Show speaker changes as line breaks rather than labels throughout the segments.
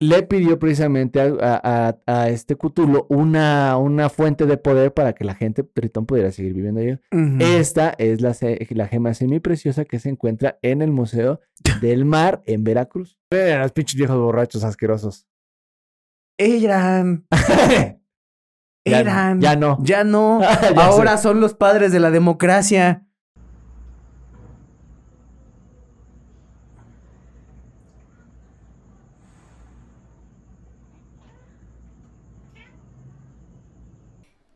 le pidió precisamente a, a, a este Cthulhu una, una fuente de poder para que la gente Tritón pudiera seguir viviendo allí.
Ujú.
Esta es la, se- la gema semipreciosa que se encuentra en el Museo del Mar en Veracruz.
Vean a los pinches viejos borrachos asquerosos.
Eran,
ya,
eran.
ya no.
Ya no.
Ya sé.
Ahora son los padres de la democracia.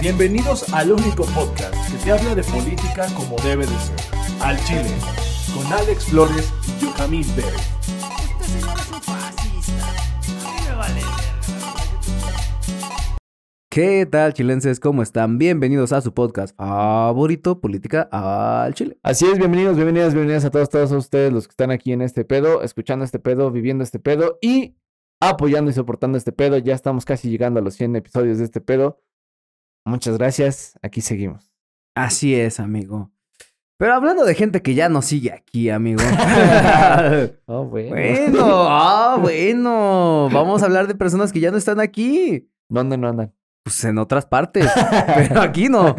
Bienvenidos al único podcast que te habla de política como debe de ser. Al Chile, con Alex Flores y Benjamin Berry.
¿Qué tal, chilenses? ¿Cómo están? Bienvenidos a su podcast favorito, Política al Chile.
Así es, bienvenidos, bienvenidas, bienvenidas a todos, todos ustedes los que están aquí en este pedo, escuchando este pedo, viviendo este pedo y apoyando y soportando este pedo. Ya estamos casi llegando a los 100 episodios de este pedo. Muchas gracias, aquí seguimos.
Así es, amigo. Pero hablando de gente que ya nos sigue aquí, amigo.
Oh, bueno.
bueno, ah, bueno. Vamos a hablar de personas que ya no están aquí.
¿Dónde no andan?
Pues en otras partes, pero aquí no.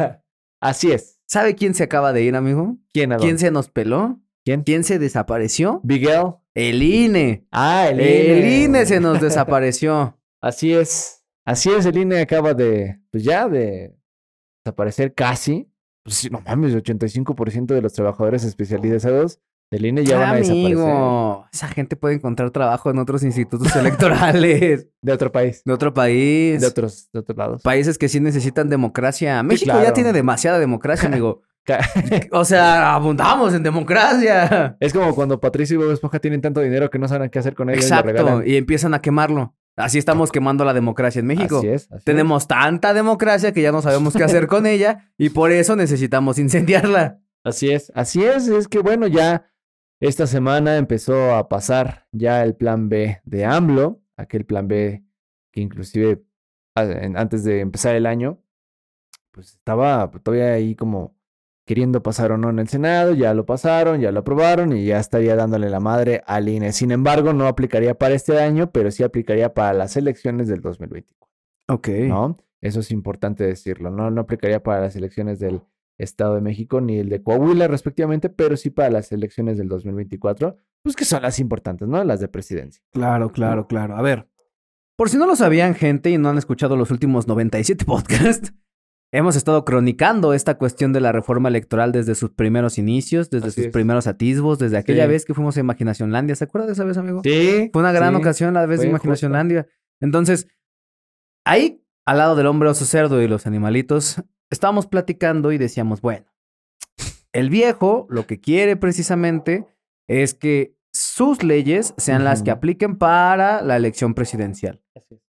Así es.
¿Sabe quién se acaba de ir, amigo?
¿Quién a
¿Quién
dónde?
se nos peló?
¿Quién?
¿Quién se desapareció?
Miguel.
El E. INE.
Ah, el,
El INE se nos desapareció.
Así es. Así es, el INE acaba de, pues ya, de desaparecer casi. Pues sí, no mames, 85% de los trabajadores especializados del INE ya van a desaparecer
Ah, Amigo, esa gente puede encontrar trabajo en otros institutos electorales
de otro país.
de otro país.
de otros, de otros lados.
Países que sí necesitan democracia. México ya
claro.
tiene demasiada democracia, amigo.
Ca-
o sea, abundamos en democracia.
Es como cuando Patricio y Bob Esponja tienen tanto dinero que no saben qué hacer con ellos y lo
Exacto.
regalan.
Y empiezan a quemarlo. Así estamos quemando la democracia en México.
Así es. así
Tenemos tanta democracia que ya no sabemos qué hacer con ella y por eso necesitamos incendiarla.
es, Así es. Así es. Es que bueno, ya esta semana empezó a pasar ya el plan B de AMLO, aquel plan B que inclusive a- en- antes de empezar el año, pues estaba todavía ahí como queriendo pasar o no en el Senado, ya lo pasaron, ya lo aprobaron y ya estaría dándole la madre al INE. Sin embargo, no aplicaría para este año, pero sí aplicaría para las elecciones del 2024.
Ok.
¿no? Eso es importante decirlo, ¿no? No aplicaría para las elecciones del Estado de México ni el de Coahuila respectivamente, pero sí para las elecciones del 2024, pues que son las importantes, ¿no? Las de presidencia.
Claro, claro, claro. A ver. Por si no lo sabían, gente, y no han escuchado los últimos 97 podcasts, hemos estado cronicando esta cuestión de la reforma electoral desde sus primeros inicios, desde
Así
sus
es.
primeros atisbos, desde aquella
Sí.
vez que fuimos a Imaginacionlandia. ¿Se acuerda de esa vez, amigo?
Sí.
Fue una gran ocasión la vez de
fue
Imaginacionlandia. Entonces, ahí, al lado del hombre oso cerdo y los animalitos, estábamos platicando y decíamos, bueno, el viejo lo que quiere precisamente es que sus leyes sean las que
Ujú.
apliquen para la elección presidencial.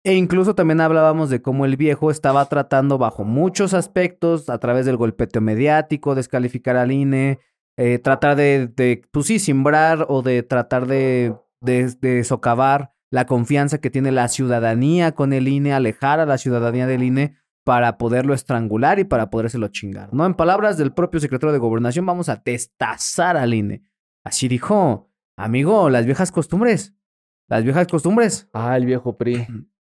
E incluso también hablábamos de cómo el viejo estaba tratando bajo muchos aspectos, a través del golpeteo mediático, descalificar al INE, eh, tratar de, de, pues sí, simbrar o de tratar de, de- de socavar la confianza que tiene la ciudadanía con el INE, alejar a la ciudadanía del E. INE para poderlo estrangular y para podérselo chingar, ¿no? En palabras del propio secretario de Gobernación, vamos a destazar al INE. Así dijo, amigo, las viejas costumbres, las viejas costumbres.
Ah, el viejo PRI.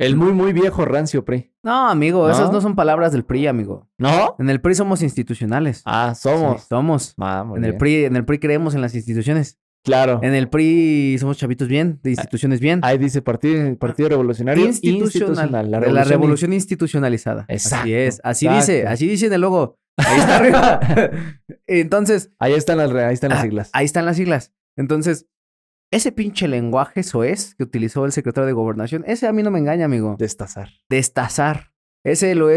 El muy, muy viejo rancio PRI.
No, amigo,
¿No?
esas no son palabras del PRI, amigo.
¿No?
En el PRI somos institucionales.
Ah,
Sí,
somos.
somos.
Ah, muy
En el,
bien.
PRI, en el PRI creemos en las instituciones.
Claro.
En el PRI somos chavitos bien,
Ah,
de instituciones bien.
Ahí dice Partido, partido Revolucionario Institucional.
de la revolución institucionalizada.
Exacto,
Así es. Así
exacto.
dice, así dice en el logo. Ahí está arriba. Entonces,
Ahí están las, re- ahí están las
Ah,
siglas.
ahí están las siglas. Entonces, ese pinche lenguaje soez que utilizó el secretario de Gobernación, ese a mí no me engaña, amigo.
Destazar.
destazar. Ese lo he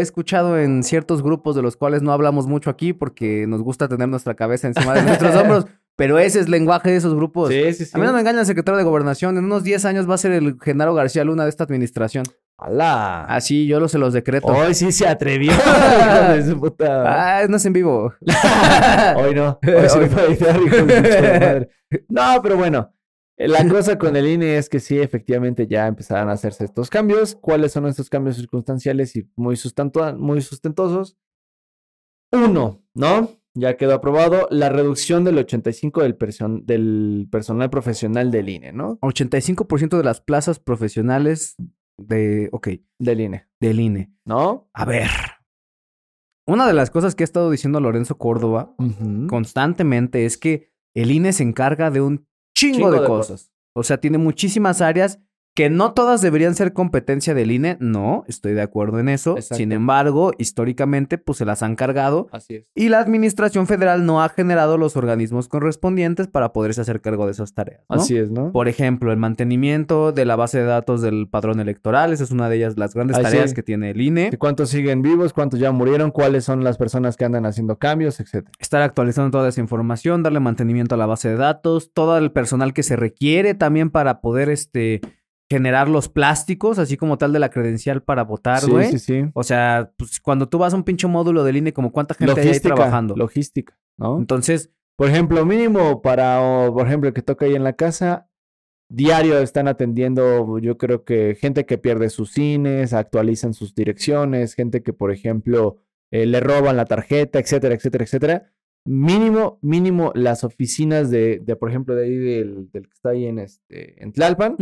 escuchado en ciertos grupos de los cuales no hablamos mucho aquí porque nos gusta tener nuestra cabeza encima de nuestros hombros, Pero ese es lenguaje de esos grupos.
Sí, sí, sí.
Pues, A mí no me engaña el secretario de Gobernación. En unos 10 años va a ser el Genaro García Luna de esta administración.
¡Hala!
Así yo lo se los decreto.
Hoy sí se atrevió. hijo de su puta.
Ah, no es en vivo.
Hoy no. Hoy sí
Hoy
me
no.
puedo editar, hijo de su puta madre. No, pero bueno. eh, La cosa con el INE es que sí, efectivamente ya empezarán a hacerse estos cambios. ¿Cuáles son estos cambios circunstanciales y muy, sustantua- muy sustentosos? Uno, ¿no? Ya quedó aprobado la reducción del 85% del, person- del personal profesional del INE, ¿no?
85% de las plazas profesionales de. Ok,
Del INE,
del INE.
¿no?
A ver. Una de las cosas que ha estado diciendo Lorenzo Córdoba
Ujú.
constantemente es que el INE se encarga de un chingo,
Chingo
de,
de
cosas. O sea, tiene muchísimas áreas que no todas deberían ser competencia del INE. No, estoy de acuerdo en eso.
Exacto.
Sin embargo, históricamente, pues se las han cargado.
Así es.
Y la administración federal no ha generado los organismos correspondientes para poderse hacer cargo de esas tareas. ¿no?
Así es, ¿no?
Por ejemplo, el mantenimiento de la base de datos del padrón electoral. Esa es una de ellas, las grandes
Ay,
tareas
sí.
que tiene el E. INE.
¿De ¿Cuántos siguen vivos? ¿Cuántos ya murieron? ¿Cuáles son las personas que andan haciendo cambios, etcétera?
Estar actualizando toda esa información, darle mantenimiento a la base de datos, todo el personal que se requiere también para poder este, generar los plásticos, así como tal de la credencial para votar, güey.
sí, sí, sí.
O sea, pues, cuando tú vas a un pinche módulo del INE, como cuánta gente hay ahí trabajando.
logística, ¿no?
Entonces,
Por ejemplo, mínimo para, o, por ejemplo, el que toca ahí en la casa, diario están atendiendo, yo creo que gente que pierde sus cines, actualizan sus direcciones, gente que, por ejemplo, eh, le roban la tarjeta, etcétera, etcétera, etcétera. Mínimo, mínimo, las oficinas de, de por ejemplo, de ahí del, del que está ahí en, este, en Tlalpan,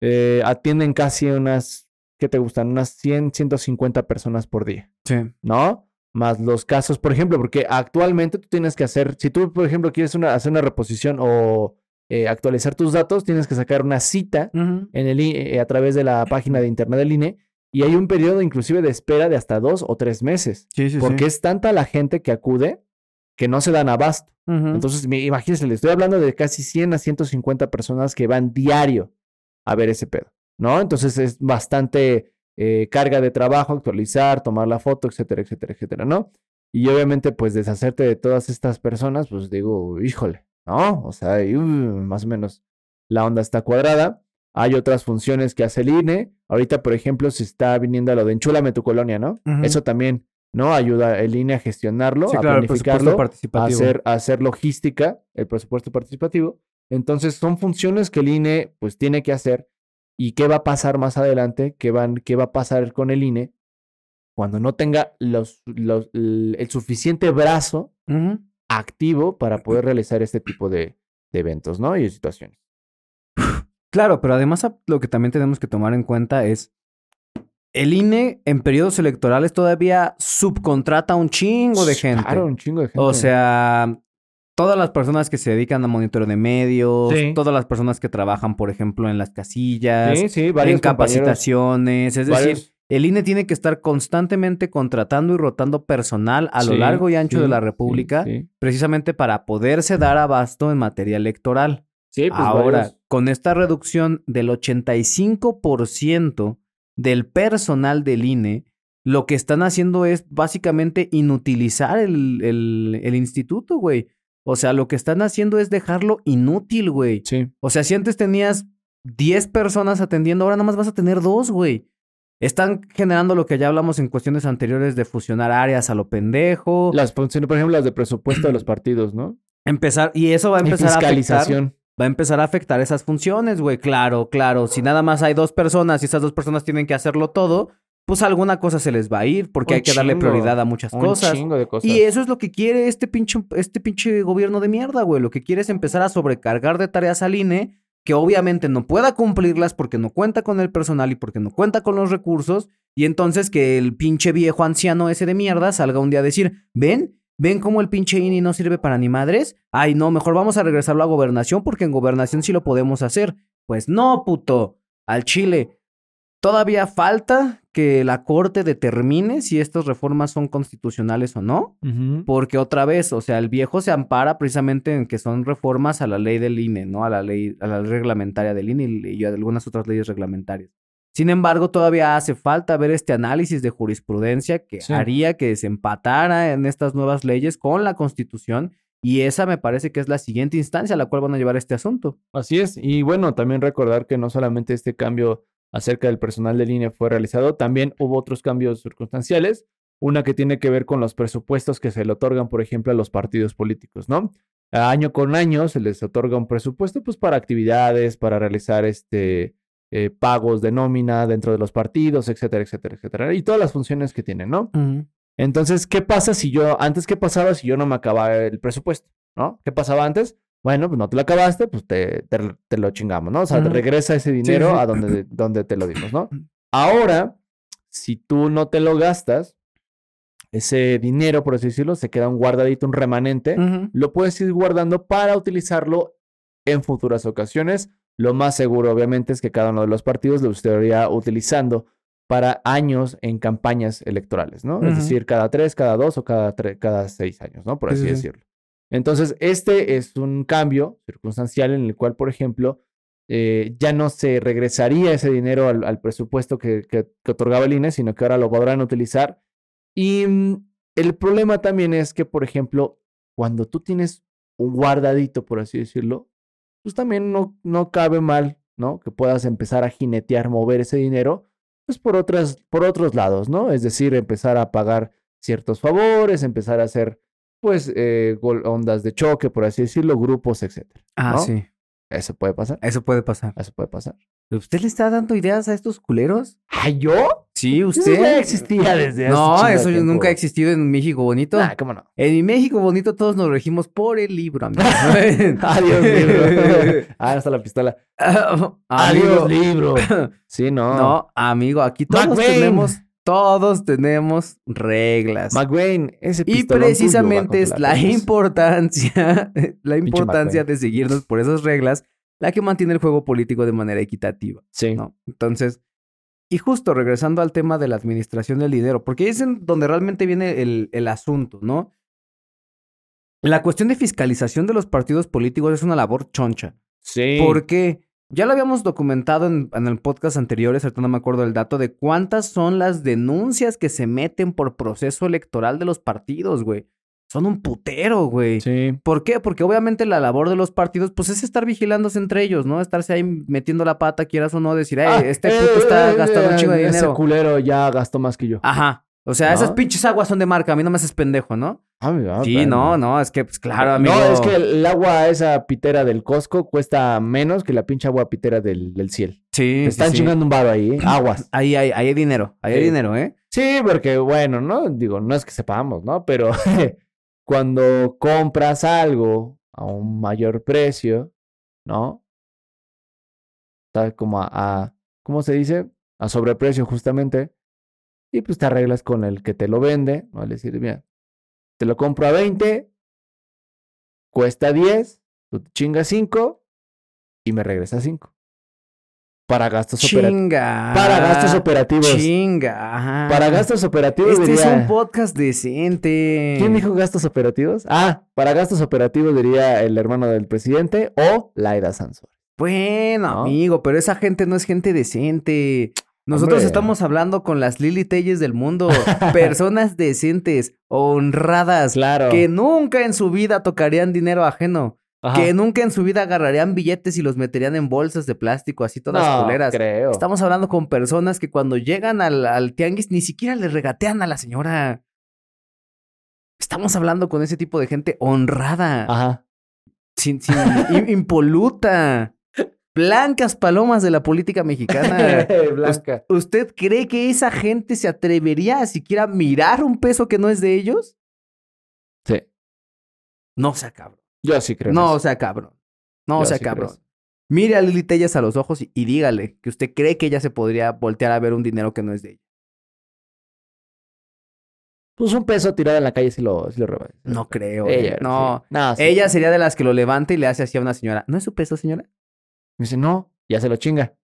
eh, atienden casi unas, ¿qué te gustan? Unas 100, 150 personas por día.
sí.
¿no? Más los casos, por ejemplo, porque actualmente tú tienes que hacer, si tú, por ejemplo, quieres una- hacer una reposición o eh, actualizar tus datos, tienes que sacar una cita en el, I- eh, a través de la página de internet del INE y hay un periodo inclusive de espera de hasta dos o tres meses,
Sí, sí,
porque es tanta la gente que acude que no se dan abasto. Entonces, me- imagínense, le estoy hablando de casi 100 a 150 personas que van diario a ver ese pedo, ¿no? Entonces es bastante eh, carga de trabajo, actualizar, tomar la foto, etcétera, etcétera, etcétera, ¿no? Y obviamente, pues deshacerte de todas estas personas, pues digo, híjole, ¿no? O sea, y, uh, más o menos la onda está cuadrada. Hay otras funciones que hace el INE. Ahorita, por ejemplo, se está viniendo lo de enchúlame tu colonia, ¿no?
Ujú.
Eso también, ¿no? Ayuda el INE a gestionarlo,
Sí,
a
claro, el presupuesto
planificarlo a
participativo.
hacer, a hacer logística, el presupuesto participativo. Entonces, son funciones que el INE pues tiene que hacer. ¿Y qué va a pasar más adelante? ¿Qué, van, qué va a pasar con el INE cuando no tenga los, los- l- el suficiente brazo
Ujú.
activo para poder realizar este tipo de, de eventos, ¿no? Y de situaciones.
Claro, pero además a- lo que también tenemos que tomar en cuenta es el INE en periodos electorales todavía subcontrata un chingo de gente.
Claro, un chingo de gente.
O sea, todas las personas que se dedican a monitoreo de medios,
Sí.
todas las personas que trabajan, por ejemplo, en las casillas,
sí, sí,
en
varios compañeros,
capacitaciones, es
varios-
decir, el INE tiene que estar constantemente contratando y rotando personal a lo
Sí,
largo y ancho
sí,
de la
sí,
República,
Sí,
precisamente para poderse dar abasto en materia electoral.
Sí, pues
Ahora,
varios.
con esta reducción del 85% del personal del INE, lo que están haciendo es básicamente inutilizar el, el- el instituto, güey. O sea, lo que están haciendo es dejarlo inútil, güey.
Sí,
O sea, si antes tenías 10 personas atendiendo, ahora nada más vas a tener dos, güey. Están generando lo que ya hablamos en cuestiones anteriores de fusionar áreas a lo pendejo.
las funciones, por ejemplo, las de presupuesto de los partidos, ¿no?
Empezar, y eso va a
Y
empezar a afectar
fiscalización.
va a empezar a afectar esas funciones, güey. Claro, claro. Si nada más hay dos personas y esas dos personas tienen que hacerlo todo, pues alguna cosa se les va a ir porque
Un
hay que darle
chingo,
prioridad a muchas
Un
cosas.
chingo de cosas.
Y eso es lo que quiere este pinche, este pinche gobierno de mierda, güey. Lo que quiere es empezar a sobrecargar de tareas al INE, que obviamente no pueda cumplirlas porque no cuenta con el personal y porque no cuenta con los recursos. Y entonces que el pinche viejo anciano ese de mierda salga un día a decir, ven, ven cómo el pinche INE no sirve para ni madres. Ay, no, mejor vamos a regresarlo a gobernación porque en gobernación sí lo podemos hacer. Pues no, puto, al Chile. Todavía falta que la Corte determine si estas reformas son constitucionales o no.
Ujú.
Porque otra vez, o sea, el viejo se ampara precisamente en que son reformas a la ley del INE, ¿no? A la ley, a la ley reglamentaria del INE y, y a algunas otras leyes reglamentarias. Sin embargo, todavía hace falta ver este análisis de jurisprudencia que
Sí.
haría que se empatara en estas nuevas leyes con la Constitución Y esa me parece que es la siguiente instancia a la cual van a llevar este asunto.
Así es, y bueno, también recordar que no solamente este cambio acerca del personal del INE fue realizado, también hubo otros cambios circunstanciales, una que tiene que ver con los presupuestos que se le otorgan, por ejemplo, a los partidos políticos, ¿no? Año con año se les otorga un presupuesto pues para actividades, para realizar este eh, pagos de nómina dentro de los partidos, etcétera, etcétera, etcétera, y todas las funciones que tienen, ¿no? Entonces, ¿qué pasa si yo, antes qué pasaba si yo no me acababa el presupuesto? ¿No? ¿Qué pasaba antes? Bueno, pues no te lo acabaste, pues te, te- te lo chingamos, ¿no? O sea,
Ujú.
regresa ese dinero
sí.
a donde, donde te lo dimos, ¿no? Ahora, si tú no te lo gastas, ese dinero, por así decirlo, se queda un guardadito, un remanente,
Ujú.
lo puedes ir guardando para utilizarlo en futuras ocasiones. Lo más seguro, obviamente, es que cada uno de los partidos lo estaría utilizando para años en campañas electorales, ¿no?
Ujú.
Es decir, cada tres, cada dos o cada, tre- cada seis años, ¿no? Por
Sí,
así
sí, sí.
decirlo. Entonces, este es un cambio circunstancial en el cual, por ejemplo, eh, ya no se regresaría ese dinero al, al presupuesto que, que- que otorgaba el INE, sino que ahora lo podrán utilizar. Y mm, el problema también es que, por ejemplo, cuando tú tienes un guardadito, por así decirlo, pues también no, no cabe mal, ¿no? Que puedas empezar a jinetear, mover ese dinero, pues por, otras, por otros lados, ¿no? Es decir, empezar a pagar ciertos favores, empezar a hacer, pues, eh, gol- ondas de choque, por así decirlo, grupos, etc.
Ah,
¿no?
sí.
Eso puede pasar,
Eso puede pasar.
eso puede pasar.
¿Usted le está dando ideas a estos culeros?
¿Ah, yo?
Sí,
Eso ya existía desde hace
No,
chingo de
eso
tiempo.
nunca ha existido en México bonito.
Nah, cómo no.
En mi México bonito todos nos regimos por el libro, amigo.
Adiós, libro. ah, hasta la pistola.
Amigo,
Adiós, libro. Sí, no.
Ah, No, amigo, aquí todos
McBain.
tenemos, todos tenemos reglas.
McWayne, ese
y
pistolón tuyo va
precisamente
contra
es la
Pemex.
importancia, la importancia
McBain.
de seguirnos por esas reglas, la que mantiene el juego político de manera equitativa,
Sí.
¿no? Entonces, y justo regresando al tema de la administración del dinero, porque es en donde realmente viene el, el asunto, ¿no? La cuestión de fiscalización de los partidos políticos es una labor choncha.
Sí.
Porque ya lo habíamos documentado en, en el podcast anteriores, ahorita no me acuerdo el dato, de cuántas son las denuncias que se meten por proceso electoral de los partidos, güey. Son un putero, güey.
Sí.
¿Por qué? Porque obviamente la labor de los partidos, pues es estar vigilándose entre ellos, ¿no? Estarse ahí metiendo la pata, quieras o no, decir, "Ey,
Ah,
este
eh,
puto está
eh,
gastando un
eh,
chingo de
ese
dinero.
culero ya gastó más que yo.
Ajá. O sea,
¿No?
esas pinches aguas son de marca, a mí no me haces pendejo, ¿no?
Ah, mira,
sí,
bueno.
no, no, es que, pues claro, amigo.
No, es que el agua esa pitera del Costco cuesta menos que la pinche agua pitera del, del Ciel.
Sí,
Te
sí,
Están
sí.
chingando un varo ahí, ¿eh? Aguas.
Ahí, hay- ahí hay dinero, ahí hay
Sí.
dinero, ¿eh?
Sí, porque bueno, ¿no? Digo, no es que sepamos, ¿no? Pero cuando compras algo a un mayor precio, ¿no? Está como a, a- ¿cómo se dice? A sobreprecio justamente. Y pues te arreglas con el que te lo vende, ¿no? Le decir, mira, te lo compro a 20, cuesta 10, tú te chingas 5 y me regresas 5. Para gastos operativos.
Chinga.
Para
ah,
gastos operativos.
Chinga. ajá.
Para gastos operativos.
Este es
diría-
un podcast decente.
¿Quién dijo gastos operativos? Ah, para gastos operativos diría el hermano del presidente o Laida Sansor.
Bueno,
No.
amigo, pero esa gente no es gente decente. Nosotros
Hombre.
estamos hablando con las Lili Telles del mundo. personas decentes, honradas,
Claro.
que nunca en su vida tocarían dinero ajeno.
Ajá.
Que nunca en su vida agarrarían billetes y los meterían en bolsas de plástico, así todas
no,
culeras.
creo.
Estamos hablando con personas que cuando llegan al, al tianguis ni siquiera le regatean a la señora. Estamos hablando con ese tipo de gente honrada,
Ajá.
sin, sin- im- impoluta, blancas palomas de la política mexicana.
Blanca.
¿Usted cree que esa gente se atrevería a siquiera mirar un peso que no es de ellos?
Sí,
No sea cabrón.
yo sí creo. en
No
eso.
sea cabrón. No
Yo
sea
sí creo
cabrón.
eso.
Mire a Lili Tellas a los ojos y, y dígale que usted cree que ella se podría voltear a ver un dinero que no es de ella.
Pues un peso tirado en la calle si lo, sí lo roba.
No creo. eh.
Ella.
no.
sí. No, sí.
Ella sería de las que lo levanta y le hace así a una señora. ¿No es su peso, señora?
Me dice, no, ya se lo chinga.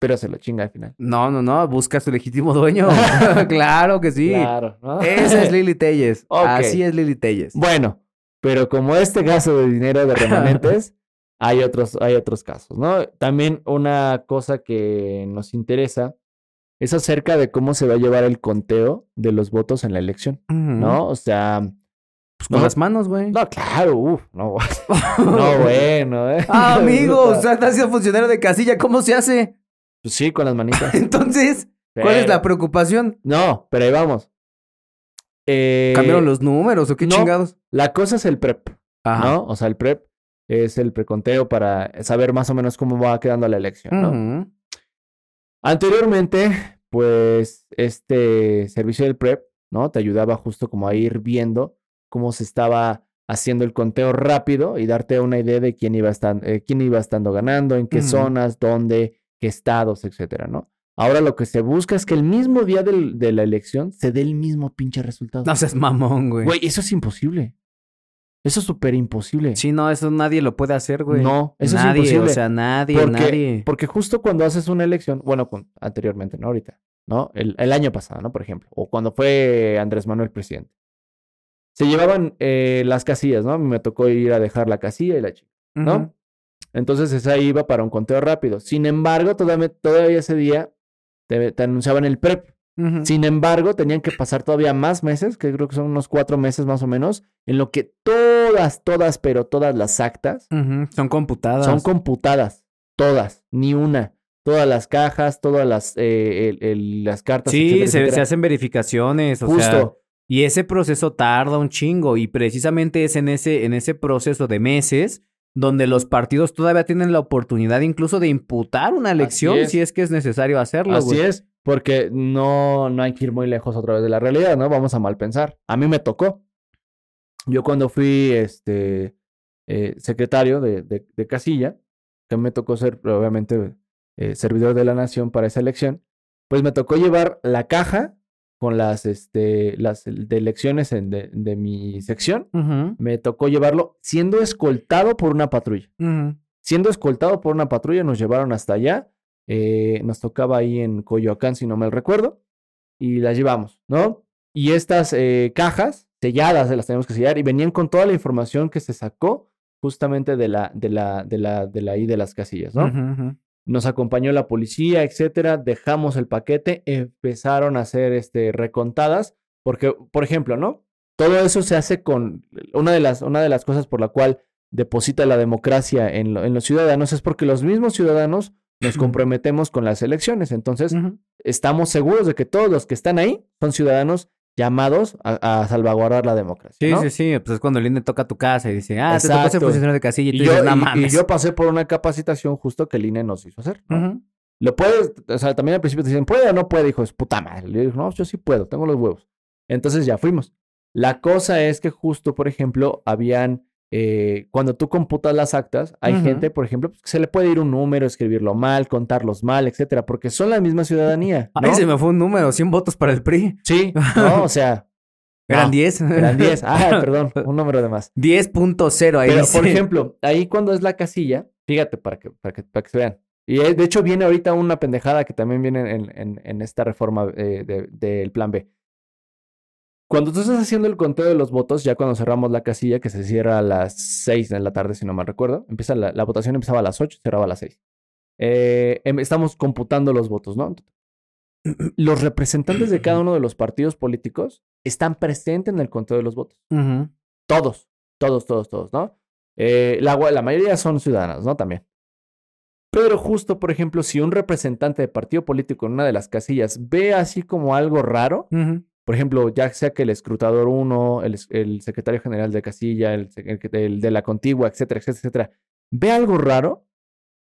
Pero se lo chinga al final.
No, no, no. Busca a su legítimo dueño. claro que sí.
Claro. ¿no?
Esa es Lili Telles.
Ok.
Así es Lili Telles.
Bueno, pero como este caso de dinero de remanentes, hay otros, hay otros casos, ¿no? También una cosa que nos interesa es acerca de cómo se va a llevar el conteo de los votos en la elección,
Ujú.
¿no? O sea,
Pues con
No.
las manos, güey.
No, claro, uff, no, güey. no, bueno, eh.
Ah, amigo, o
Puta.
sea, estás siendo funcionario de casilla, ¿cómo se hace?
Pues sí, con las manitas.
Entonces, ¿cuál es
Pero-
la preocupación?
No, pero ahí vamos. Eh,
¿Cambiaron los números o qué
no.
chingados?
La cosa es el prep,
Ajá.
¿no? O sea, el prep es el preconteo para saber más o menos cómo va quedando la elección, ¿no?
Ujú.
Anteriormente, pues este servicio del PREP, ¿no? Te ayudaba justo como a ir viendo cómo se estaba haciendo el conteo rápido y darte una idea de quién iba, estan- eh, quién iba estando ganando, en qué
Ujú.
zonas, dónde, qué estados, etcétera, ¿no? Ahora lo que se busca es que el mismo día del- de la elección se dé el mismo pinche resultado.
No seas mamón, güey.
Güey, eso es imposible. Eso es súper imposible.
Sí, no, eso nadie lo puede hacer, güey.
No, eso
nadie,
es imposible.
O sea, nadie,
Porque,
nadie.
porque justo cuando haces una elección, bueno, con- anteriormente, no ahorita, ¿no? El, el año pasado, ¿no? Por ejemplo, o cuando fue Andrés Manuel presidente. Se llevaban eh, las casillas, ¿no? Me tocó ir a dejar la casilla y la chica, ¿no?
Ujú.
Entonces esa iba para un conteo rápido. Sin embargo, todavía, todavía ese día te, te anunciaban el PREP.
Ujú.
Sin embargo, tenían que pasar todavía más meses, que creo que son unos cuatro meses más o menos, en lo que todas, todas, pero todas las actas
Ujú. Son computadas.
son computadas, todas, ni una. Todas las cajas, todas las, eh, el- el- las cartas.
Sí,
etcétera,
se, se
etcétera.
hacen verificaciones, o sea,
Justo.
y ese proceso tarda un chingo y precisamente es en ese en ese proceso de meses donde los partidos todavía tienen la oportunidad incluso de imputar una elección
es.
si es que es necesario hacerlo,
así
güey.
es, porque no, no hay que ir muy lejos otra vez de la realidad, ¿no? Vamos a mal pensar. A mí me tocó. Yo cuando fui este, eh, secretario de, de- de Casilla, que me tocó ser, obviamente, eh, servidor de la nación para esa elección, pues me tocó llevar la caja con las, este, las de elecciones en- de- de mi sección
Ujú,
me tocó llevarlo siendo escoltado por una patrulla.
ujú.
Siendo escoltado por una patrulla, nos llevaron hasta allá. eh, nos tocaba ahí en Coyoacán, si no me recuerdo. Y las llevamos, ¿no? Y estas eh, cajas selladas, las teníamos que sellar, y venían con toda la información que se sacó justamente de la, de la, de la, de la ahí de las casillas, ¿no?
Ujú, ujú.
Nos acompañó la policía, etcétera. Dejamos el paquete, empezaron a hacer este, recontadas, porque, por ejemplo, ¿no? Todo eso se hace con una de las, una de las cosas por la cual deposita la democracia en, lo- en los ciudadanos es porque los mismos ciudadanos nos comprometemos con las elecciones. Entonces,
Ujú.
estamos seguros de que todos los que están ahí son ciudadanos llamados a, a salvaguardar la democracia.
Sí,
¿no?
sí, sí, pues es cuando el INE toca tu casa y dice, "Ah, te tocó ser
Exacto.
funcionario de casilla" y
Y
tú
yo,
dices, "No
y- y
mames."
yo pasé por una capacitación justo que el INE nos hizo hacer. ¿no?
Ujú.
Lo puedes, o sea, también al principio te dicen, ¿puede o no puede? Hijo, es puta madre. Le digo, no, yo sí puedo, tengo los huevos. Entonces ya fuimos. La cosa es que justo, por ejemplo, habían, eh, cuando tú computas las actas, hay
Ujú.
gente, por ejemplo, pues, que se le puede ir un número, escribirlo mal, contarlos mal, etcétera, porque son la misma ciudadanía. ¿no?
Ay, se me fue un número, 100 votos para el PRI.
Sí, no, o sea,
Eran
No,
10.
eran 10. Ah, perdón, un número de más.
10.0 ahí
Pero,
dice.
por ejemplo, ahí cuando es la casilla, fíjate para que, para que, para que se vean. Y eh, de hecho viene ahorita una pendejada que también viene en, en- en esta reforma eh, de- del plan B. Cuando tú estás haciendo el conteo de los votos, ya cuando cerramos la casilla, que se cierra a las 6 de la tarde, si no mal recuerdo, empieza la, la votación empezaba a las 8, cerraba a las 6. Eh, em- estamos computando los votos, ¿no? Los representantes de cada uno de los partidos políticos están presentes en el conteo de los votos.
Ujú.
Todos, todos, todos, todos, ¿no? Eh, la, gua- la mayoría son ciudadanos, ¿no? También. Pero justo, por ejemplo, si un representante de partido político en una de las casillas ve así como algo raro,
Ujú.
por ejemplo, ya sea que el escrutador 1, el, es- el secretario general de casilla, el, sec- el que- el de la contigua, etcétera, etcétera, etcétera, ve algo raro,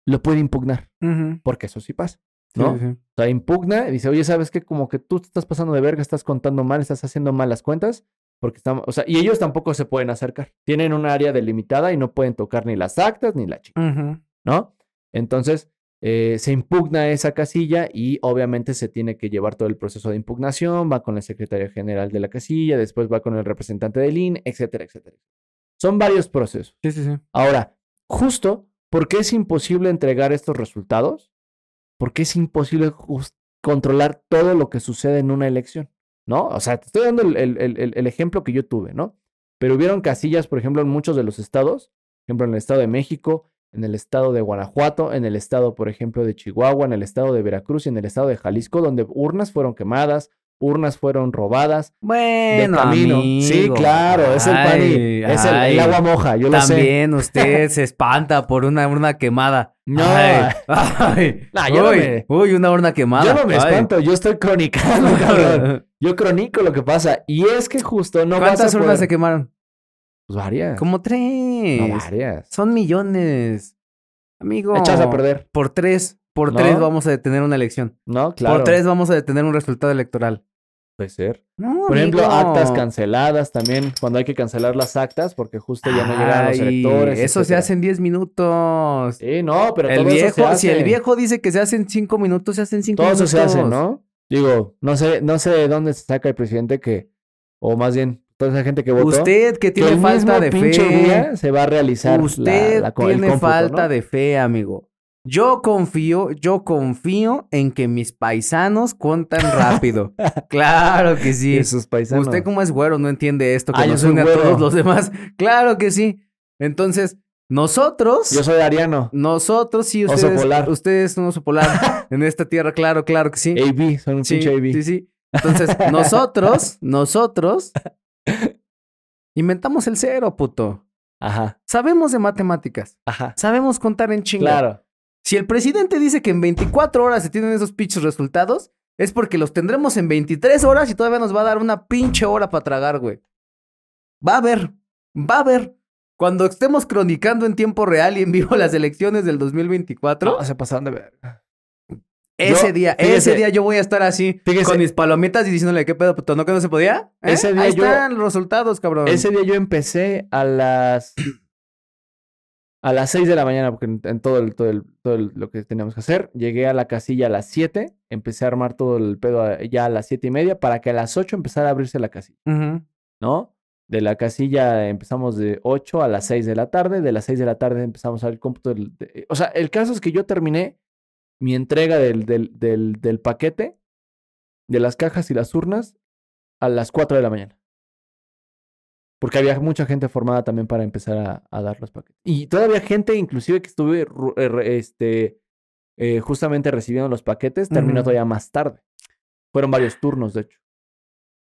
lo puede impugnar,
Ujú.
porque eso sí pasa,
Sí,
¿no?
sí, sí.
O sea, impugna y dice, oye, ¿sabes qué? Como que tú te estás pasando de verga, estás contando mal, estás haciendo mal las cuentas, porque estamos, o sea, y ellos tampoco se pueden acercar. Tienen un área delimitada y no pueden tocar ni las actas ni la chica,
Ujú.
¿no? Entonces, eh, se impugna esa casilla y obviamente se tiene que llevar todo el proceso de impugnación, va con el secretario general de la casilla, después va con el representante del IN, etcétera, etcétera. Son varios procesos.
Sí, sí, sí.
Ahora, justo, ¿por qué es imposible entregar estos resultados? Porque es imposible jus- controlar todo lo que sucede en una elección, ¿no? O sea, te estoy dando el, el- el- el- el ejemplo que yo tuve, ¿no? Pero hubieron casillas, por ejemplo, en muchos de los estados, por ejemplo, en el estado de México, en el estado de Guanajuato, en el estado, por ejemplo, de Chihuahua, en el estado de Veracruz y en el estado de Jalisco, donde urnas fueron quemadas, urnas fueron robadas.
Bueno,
camino.
amigo.
Sí, claro, es el pan y-
Ay,
es el, el
ay,
agua moja, yo lo sé.
También usted se espanta por una urna quemada.
No.
Ay, ay.
No, yo no
uy,
me-
uy, una urna quemada.
Yo no me
Ay.
espanto, yo estoy cronicando, cabrón. Yo cronico lo que pasa. Y es que justo no vas a
¿Cuántas urnas
poder-
se quemaron?
Pues varias.
Como tres.
No, varias.
Son millones. Amigo.
Echas a perder,
Por tres. Por
¿No?
tres vamos a detener una elección.
¿no? Claro.
Por tres vamos a detener un resultado electoral.
Puede ser.
No,
Por ejemplo,
amigo.
actas canceladas también, cuando hay que cancelar las actas porque justo ya no llegaron los
Ay,
electores.
Eso se
etcétera.
hace en 10 minutos.
Sí, no, pero
El
todo eso se
viejo,
hace.
si el viejo dice que se hacen 5 minutos, se hacen 5
Todo
minutos.
eso se hace, ¿no? Digo, no sé, no sé de dónde se saca el presidente que, o más bien, toda esa gente que votó.
Usted que
que
tiene
el mismo
falta de
pinche
fe.
día se va a realizar. la-
Usted
la co- el
tiene
cómputo,
falta
¿no?
de fe, amigo. Yo confío, yo confío en que mis paisanos cuentan rápido. claro que sí.
Y sus paisanos.
Usted como es güero no entiende esto que
Ah, yo
nos
soy
une a
güero.
todos los demás. Claro que sí. Entonces, nosotros
Yo soy ariano.
nosotros sí
Oso
ustedes
polar.
ustedes son oso polar en esta tierra, claro, claro que sí.
AB, soy un
Sí,
pinche AB.
sí, sí. Entonces, nosotros, nosotros inventamos el cero, puto.
Ajá,
Sabemos de matemáticas.
ajá.
Sabemos contar en chinga.
Claro.
Si el presidente dice que en 24 horas se tienen esos pinches resultados, es porque los tendremos en 23 horas y todavía nos va a dar una pinche hora para tragar, güey. Va a haber, va a haber. Cuando estemos cronicando en tiempo real y en vivo las elecciones del 2024,
No, se pasaron de verga.
ese
Yo-
día,
fíjese.
ese día yo voy a estar así
Fíjese.
con mis palomitas y diciéndole qué pedo, puto, no que no se podía. ¿Eh?
Ese día
Ahí
yo-
están los resultados, cabrón.
Ese día yo empecé a las. A las 6 de la mañana, porque en, en todo, el, todo, el- todo el- lo que teníamos que hacer, llegué a la casilla a las 7, empecé a armar todo el pedo a- ya a las 7 y media para que a las 8 empezara a abrirse la casilla,
Ujú.
¿no? De la casilla empezamos de 8 a las 6 de la tarde, de las 6 de la tarde empezamos al cómputo. del- de- o sea, el caso es que yo terminé mi entrega del, del, del, del paquete, de las cajas y las urnas, a las 4 de la mañana. Porque había mucha gente formada también para empezar a, a dar los paquetes. Y todavía gente, inclusive que estuve ru- eh, re- este, eh, justamente recibiendo los paquetes, terminó
Ujú.
todavía más tarde. Fueron varios turnos, de hecho.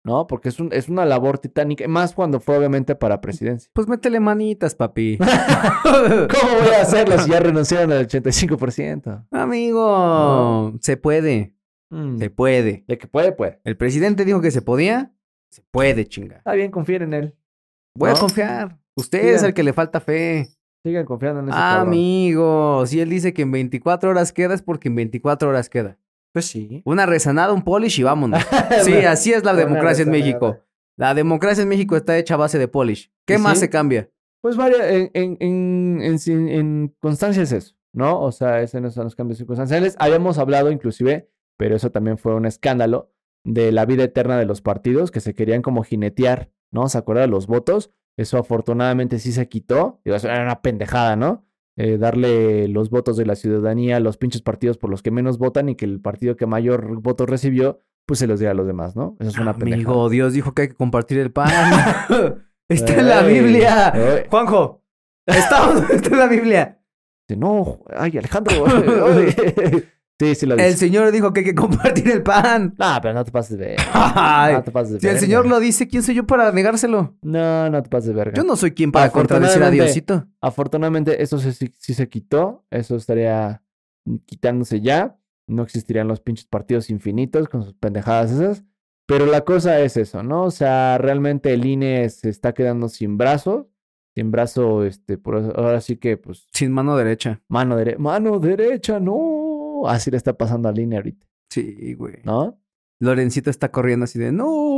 ¿No? Porque es, un, es una labor titánica. Más cuando fue, obviamente, para presidencia.
Pues métele manitas, papi.
¿Cómo voy a hacerlo si ya renunciaron al 85%?
Amigo, se puede,
Mm,
se puede.
De que puede, puede.
El presidente dijo que se podía, se puede, chinga.
Está bien, confíen en él.
Voy a
¿No?
confiar. Usted
Digan.
es el que le falta fe.
Sigan confiando en ese
Ah,
cabrón.
Amigo, si él dice que en 24 horas queda, es porque en 24 horas queda.
Pues sí.
Una rezanada, un polish y vámonos. Sí, así es la
Una
democracia en
rezanada.
México. La democracia en México está hecha a base de polish. ¿Qué
¿Y sí?
más se cambia?
Pues varia, en, en, en, en, sin- en constancia es eso, ¿no? O sea, esos no son los cambios circunstanciales. Habíamos hablado inclusive, pero eso también fue un escándalo, de la vida eterna de los partidos que se querían como jinetear, ¿no? ¿Se acuerdan los votos? Eso afortunadamente sí se quitó. Digo, eso era una pendejada, ¿no? Eh, darle los votos de la ciudadanía a los pinches partidos por los que menos votan y que el partido que mayor votos recibió, pues se los diera a los demás, ¿no? Eso es una pendejada.
Amigo, Dios dijo que hay que compartir el pan. está en la
Ey,
Biblia.
ey.
Juanjo, está, está en la Biblia.
Dice, no, ay, Alejandro. oye". sí, sí lo dice.
El Señor dijo que hay que compartir el pan.
No, pero no te pases de verga.
Ay.
No te pases de
Si el
verga.
Señor lo dice, ¿quién soy yo para negárselo?
No, no te pases de verga.
Yo no soy quien para
Afortunadamente-
contradecir a Diosito.
Afortunadamente, eso sí, sí- sí se quitó. Eso estaría quitándose ya. No existirían los pinches partidos infinitos con sus pendejadas esas. Pero la cosa es eso, ¿no? O sea, realmente el INE se está quedando sin brazo. Sin brazo, este, por eso- ahora sí que, pues,
Sin mano derecha.
mano derecha. Mano derecha, no. Así le está pasando al INE ahorita,
Sí, güey.
¿no?
Lorencito está corriendo así de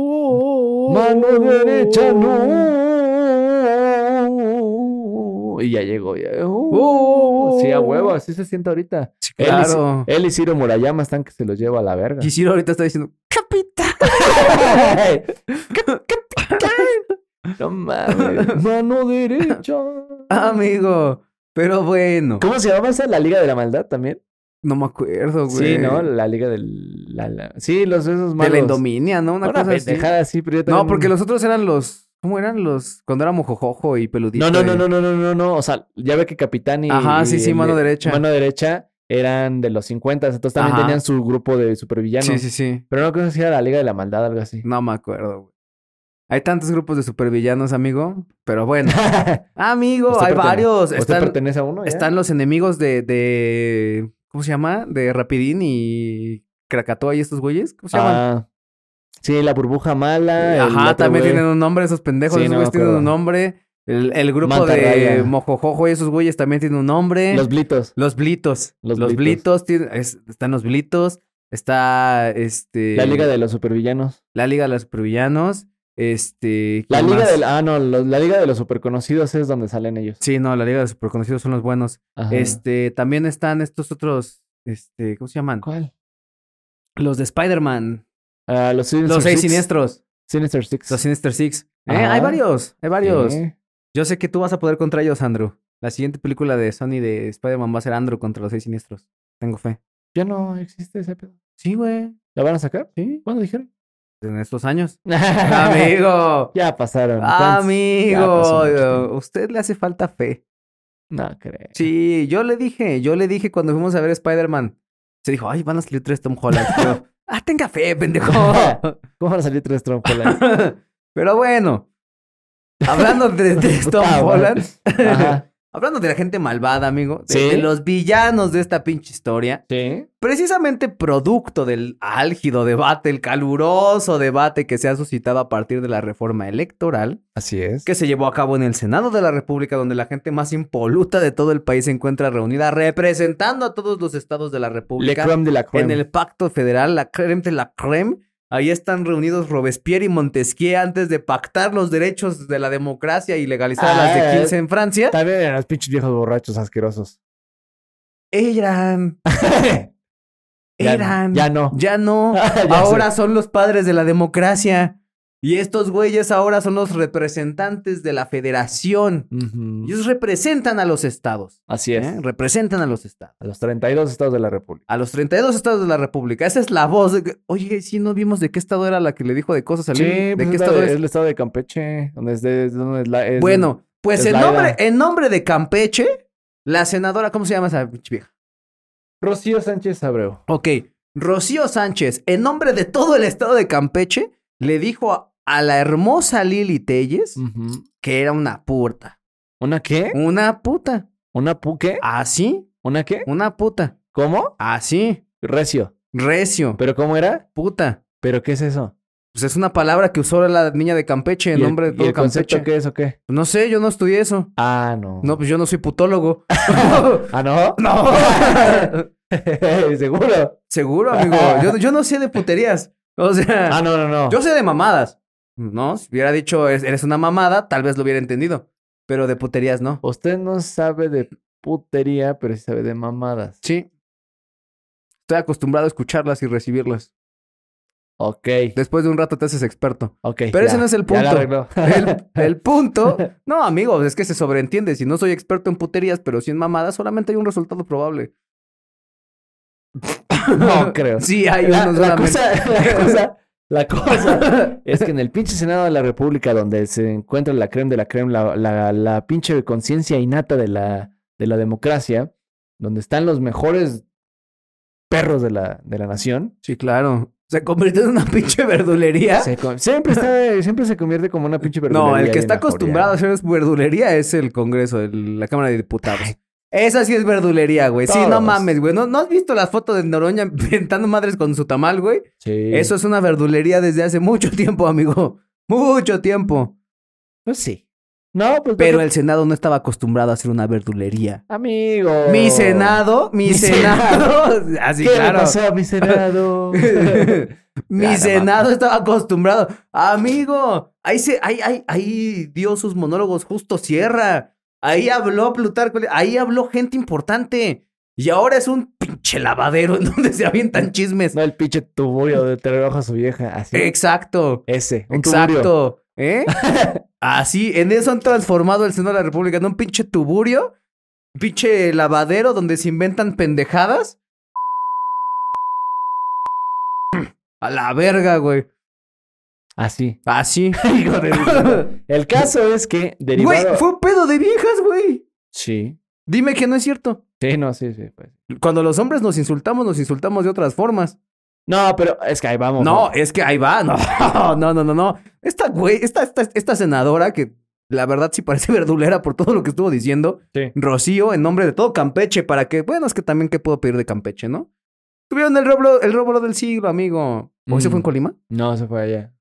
no.
Mano derecha, no. Y ya llegó. ya,
Oh.
sí, a huevo, así se siente ahorita.
Sí,
Él y Ci-
claro.
Él y Ciro Murayama están que se los lleva a la verga.
Y Ciro ahorita está diciendo, capitán.
no mames. Mano derecha.
Ah, Amigo. Pero bueno.
¿Cómo se llama esa? La Liga de la Maldad también.
No me acuerdo, güey.
Sí, ¿no? La Liga del. la- la- Sí, los esos
De
malos.
la indominia, ¿no? Una,
Una
cosa así.
pendejada así, pero yo
No,
también-
porque los otros eran los. ¿Cómo eran los? Cuando era mojojojo y peludito.
No, no, no,
y-
no, no, no, no, no. O sea, ya ve que capitán y.
Ajá, sí,
y
sí,
el-
mano derecha.
Mano derecha eran de los 50, entonces también
Ajá.
tenían su grupo de supervillanos.
Sí, sí, sí.
Pero no creo que sea la Liga de la Maldad, algo así.
No me acuerdo, güey. Hay tantos grupos de supervillanos, amigo. Pero bueno. amigo,
¿Usted
hay
pertene- ¿eh?
varios.
¿Usted
Están,
pertenece a uno? ya?
están los enemigos de, de- ¿Cómo se llama? De Rapidín y Krakatoa y estos güeyes. ¿Cómo se llaman?
Ah, sí, la burbuja mala. el
Eh, Ajá,
otro
también
güey.
tienen un nombre esos pendejos.
Sí,
esos
no me
güeyes tienen
acuerdo.
un nombre. El, el grupo
Manta
de
Raya.
Mojojojo y esos güeyes también tienen un eh. nombre.
Los blitos.
Los blitos. Los,
Los
blitos. tiene- es- están los blitos. Está este.
La Liga de los Supervillanos.
La Liga de los Supervillanos. Este.
La
¿quién
Liga
más?
de la- Ah, no, los- la Liga de los Superconocidos es donde salen ellos.
Sí, no, la Liga de los Superconocidos son los buenos.
Ajá.
Este, también están estos otros. Este, ¿cómo se llaman?
¿Cuál?
Los de Spider-Man.
Ah, los Sinister
Los seis
Six.
siniestros.
Sinister Six.
Los Sinister Six. Eh,
Ajá.
Hay varios, hay varios.
Sí.
Yo sé que tú vas a poder contra ellos, Andrew. La siguiente película de Sony de Spider-Man va a ser Andrew contra los seis siniestros. Tengo fe.
Ya no existe ese pedo.
Sí, güey.
¿La van a sacar?
Sí.
¿Cuándo dijeron?
En estos años. Amigo. Ah,
Ya pasaron. tantos- pasó mucho
Amigo,
tiempo.
usted le hace falta fe.
No creo.
Sí, yo le dije, yo le dije cuando fuimos a ver Spider-Man. Se dijo, ay, van a salir tres Tom Holland. Yo, ah, tenga fe, pendejo.
¿Cómo van a salir tres trompolas?
Pero bueno, hablando de, de Tom
Puta madre.
Holland,
Ajá.
hablando de la gente malvada, amigo, de,
Sí.
de los villanos de esta pinche historia,
Sí.
precisamente producto del álgido debate, el caluroso debate que se ha suscitado a partir de la reforma electoral,
Así es.
que se llevó a cabo en el Senado de la República, donde la gente más impoluta de todo el país se encuentra reunida representando a todos los estados de la
Le
República
creme de la creme.
en el Pacto Federal, la creme de la creme. Ahí están reunidos Robespierre y Montesquieu antes de pactar los derechos de la democracia y legalizar las de
Ah,
15 en Francia.
También eran los pinches viejos borrachos asquerosos.
Eran,
Ya-
eran,
Ya Ah, no.
ya no.
Ya
ahora son los padres de la democracia. Y estos güeyes ahora son los representantes de la federación.
sé. Ujú.
Ellos representan a los estados.
Así es.
¿eh? Representan a los estados.
A los 32 estados de la República.
A los 32 estados de la República. Esa es la voz. De... que- Oye, sí, no vimos de qué estado era la que le dijo de cosas a Lili. ¿De
pues
qué
es la
estado
de-
es?
el estado de Campeche. Donde es de- es donde es la- es-
Bueno, pues
es
en
la
nombre,
era.
en nombre de Campeche, la senadora, ¿cómo se llama esa pinche vieja?
Rocío Sánchez Abreu.
Ok, Rocío Sánchez, en nombre de todo el estado de Campeche, le dijo a, a la hermosa Lili Telles
Ujú.
que era una puta.
¿Una qué?
Una puta.
¿Una pu qué?
Así,
¿Una qué?
una puta.
¿Cómo?
Así,
Recio.
recio,
¿Pero cómo era?
puta.
¿Pero qué es eso?
Pues es una palabra que usó la niña de Campeche en
¿Y el-
nombre de
y
todo
el concepto
Campeche.
qué es o qué?
No sé, yo no estudié eso.
Ah, no.
No, pues yo no soy putólogo.
¿Ah, no?
no.
¿Seguro?
Seguro, amigo. Yo, yo no sé de puterías. O sea,
Ah, no, no, no.
yo sé de mamadas. No, si hubiera dicho "Es- eres una mamada, tal vez lo hubiera entendido. Pero de puterías no.
Usted no sabe de putería, pero sí sabe de mamadas.
Sí. Estoy acostumbrado a escucharlas y recibirlas.
Ok,
Después de un rato te haces experto.
ok.
Pero ese no es el
ya la
punto.
arregló.
El, el punto. No, amigo, es que se sobreentiende. Si no soy experto en puterías, pero sí en mamadas, solamente hay un resultado probable.
No creo.
Sí, hay
la,
uno
la
solamente.
cosa, la cosa, la cosa es que en el pinche Senado de la República, donde se encuentra la creme de la creme, la, la, la pinche conciencia innata de la, de la democracia, donde están los mejores perros de la, de la nación,
Sí, claro. Se convirtió en una pinche verdulería.
se con- siempre, está, siempre se convierte como una pinche
No, el
verdulería
que
y
está
en la
acostumbrado a hacer es verdulería es el Congreso, el- la Cámara de Diputados. Esa sí es verdulería, güey. Sí, no
Todos.
mames, güey. ¿No, ¿No has visto las fotos de Noroña inventando madres con su tamal, güey?
joria. Sí.
Eso es una verdulería desde hace mucho tiempo, amigo. Mucho tiempo.
Pues sí. No, pues
Pero
porque-
el Senado no estaba acostumbrado a hacer una verdulería.
Amigo.
Mi Senado, mi,
Oh. Mi
Senado. Así,
¿Qué
claro.
le pasó a mi Senado?
Mi
Ah, no
senado estaba acostumbrado. Amigo, ahí, se, ahí, ahí, ahí dio sus monólogos justo Sierra. Ahí habló Plutarco. Ahí habló gente importante. Y ahora es un pinche lavadero en donde se avientan chismes.
no, el pinche tuburio de te rebajo a su vieja. Así.
Exacto.
Ese. Un tuburio.
Eh, Exacto. ¿Eh? Así, en eso han transformado el Senado de la República en un pinche tuburio, pinche lavadero donde se inventan pendejadas. A la verga, güey.
Así.
Así.
Hijo de mi- El caso es que derivado.
Güey, fue un pedo de viejas, güey.
Sí.
Dime que no es cierto.
Sí, no, sí, sí. pues.
Cuando los hombres nos insultamos, nos insultamos de otras formas.
No, pero es que ahí vamos.
No, es que ahí va. No, no, no, no. no. Esta güey, esta, esta, esta senadora que la verdad sí parece verdulera por todo lo que estuvo diciendo.
Sí.
Rocío, en nombre de todo Campeche, para que, bueno, es que también qué puedo pedir de Campeche, ¿no? Tuvieron el roblo, el roblo del siglo, amigo. ¿O ese
Mm.
fue en Colima?
No, se fue allá.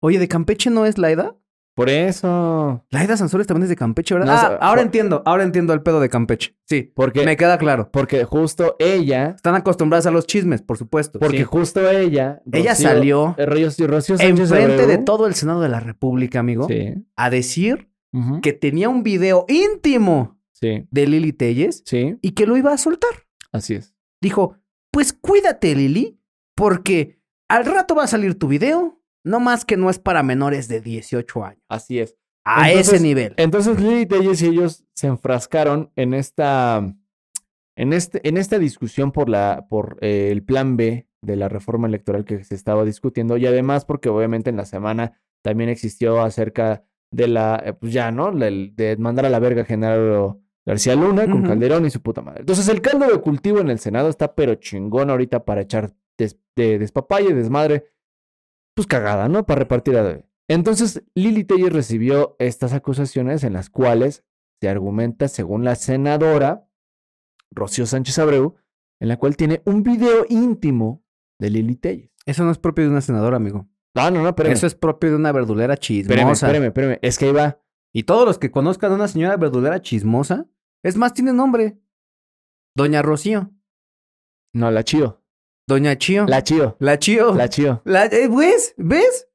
Oye, ¿de Campeche no es Laida?
Por eso.
Laida Sansores también es de Campeche, ¿verdad?
No,
Ah,
o sea,
ahora
por-
entiendo, ahora entiendo el pedo de Campeche. Sí,
Porque,
me queda claro.
porque justo ella.
Están acostumbradas a los chismes, por supuesto.
Porque
Sí.
justo ella.
ella
Rocío-
salió
eh, Rocío, Rocío Sánchez
enfrente de
Abreu.
todo el Senado de la República, amigo,
Sí.
a decir
Ujú.
que tenía un video íntimo
Sí.
de Lili Telles
Sí.
y que lo iba a soltar.
Así es.
Dijo, pues cuídate, Lili, porque al rato va a salir tu video, no más que no es para menores de 18 años.
Así es.
A
Entonces, eh,
ese nivel.
Entonces Lili Telles y ellos se enfrascaron en esta. En, este, en esta discusión por, la, por eh, el plan B de la reforma electoral que se estaba discutiendo y además porque obviamente en la semana también existió acerca de la, eh, pues ya, ¿no? Del- De, mandar a la verga a Genaro García Luna con
Ujú.
Calderón y su puta madre. Entonces el caldo de cultivo en el Senado está pero chingón ahorita para echar des, de, despapalle, desmadre, pues cagada, ¿no? Para repartir a... Entonces Lili Telles recibió estas acusaciones en las cuales se argumenta, según la senadora Rocío Sánchez Abreu, en la cual tiene un video íntimo de Lili Telles.
Eso no es propio de una senadora, amigo.
No, no, no, espérame.
Eso es propio de una verdulera chismosa.
espérame, espérame, espérame. Es que ahí va.
Y todos los que conozcan a una señora verdulera chismosa, es más, tiene nombre. Doña Rocío.
No, la chío.
Doña Chío.
La chío.
La Chío.
La chío.
La- eh, ¿Ves? ¿Ves?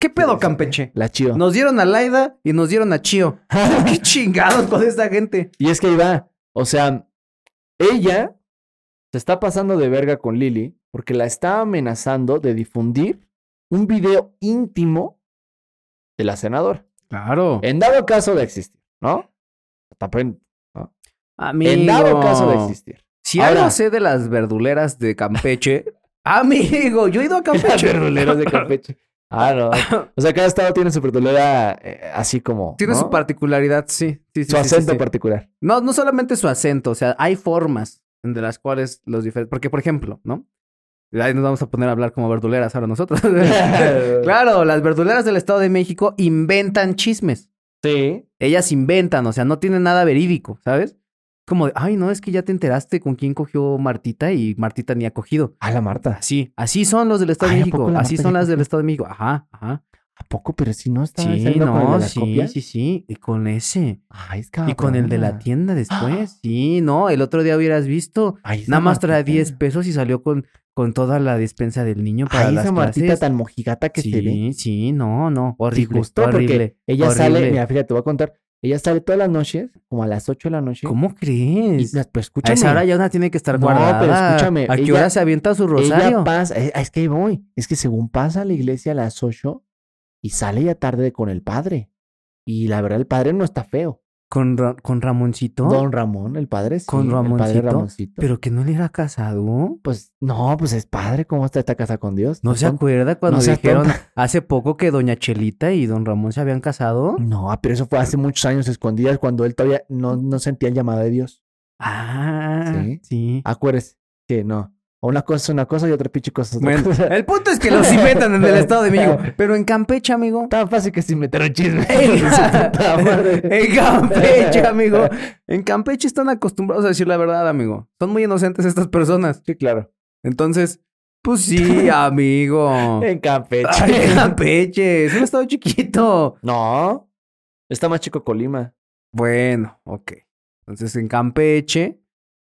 ¿Qué pedo, Campeche?
La chío.
Nos dieron a Laida y nos dieron a Chío. ¡Qué chingados con esta gente!
Y es que ahí va. O sea, ella se está pasando de verga con Lili porque la está amenazando de difundir un video íntimo de la senadora.
Claro.
En dado caso de existir, ¿no? Tampoco-
Amigo.
En dado caso de existir.
Si
Ahora-
algo sé de las verduleras de Campeche... amigo, yo he ido a
Las
Campeche.
verduleras de Campeche. Ah, no. O sea, cada estado tiene su verdulera eh, así como.
Tiene
¿no?
su particularidad, sí. sí, sí,
Su
sí, sí,
acento
sí.
particular.
No, no solamente su acento, o sea, hay formas de las cuales los diferentes. Porque, por ejemplo, ¿no? Ahí nos vamos a poner a hablar como verduleras ahora nosotros. claro, las verduleras del Estado de México inventan chismes.
Sí.
Ellas inventan, o sea, no tienen nada verídico, ¿sabes? Como de, ay, no, es que ya te enteraste con quién cogió Martita y Martita ni ha cogido.
A la Marta.
Así, así son los del Estado
Ay,
de
¿a poco
México.
la
Así
Marta
son
ya
las del Estado de México. Ajá, ajá.
¿A poco? Pero si no está
Sí,
saliendo con el de Ah,
no,
las
sí,
copias.
sí, sí. Y con ese.
Ay, es
Y con el de la
cabrona.
tienda después. Sí, no, el otro día hubieras visto.
Ay, esa
Nada más traía
Martita.
10 pesos y salió con, con toda la despensa del niño para
Ay,
las
esa Martita
clases.
tan mojigata que
sí,
se ve.
sí, no, no.
Te
Horrible,
gustó porque
horrible.
ella sale,
horrible.
mira, fíjate, te voy a contar. Ella sale todas las noches, como a las 8 de la noche.
¿Cómo
Y,
crees?
las- pero
A
escúchame.
esa hora ya una tiene que estar
No,
guardada.
pero escúchame,
¿A qué
ella-
hora se avienta su rosario?
Ella pasa, es, es que ahí voy. Es que según pasa a la iglesia a las 8 y sale ya tarde con el padre. Y la verdad, el padre no está feo.
¿Con, Ra- con Ramoncito?
Don Ramón, el padre sí.
¿Con
El padre
Ramoncito?
Ramoncito.
¿Pero que no le era casado?
pues no, pues es padre. ¿Cómo está esta casa con Dios?
¿No se
Está tonto.
acuerda cuando
no seas
dijeron hace poco que Doña Chelita y Don Ramón se habían casado?
No, pero eso fue hace muchos años escondidas cuando él todavía no, no sentía el llamado de Dios.
Ah,
Sí.
sí.
Acuérdese que no. Una cosa es una cosa y otra pinche cosa es otra
Bueno,
cosa.
el punto es que los inventan en el Estado de México. Pero en Campeche, amigo.
Tan fácil que se inventaron chismes.
En,
Su puta madre.
en Campeche, amigo. En Campeche están acostumbrados a decir la verdad, amigo. Son muy inocentes estas personas.
Sí, claro.
Entonces, pues sí, amigo.
En Campeche.
Ay, Campeche, es un estado chiquito.
No. Está más chico Colima.
Bueno, ok. Entonces, en Campeche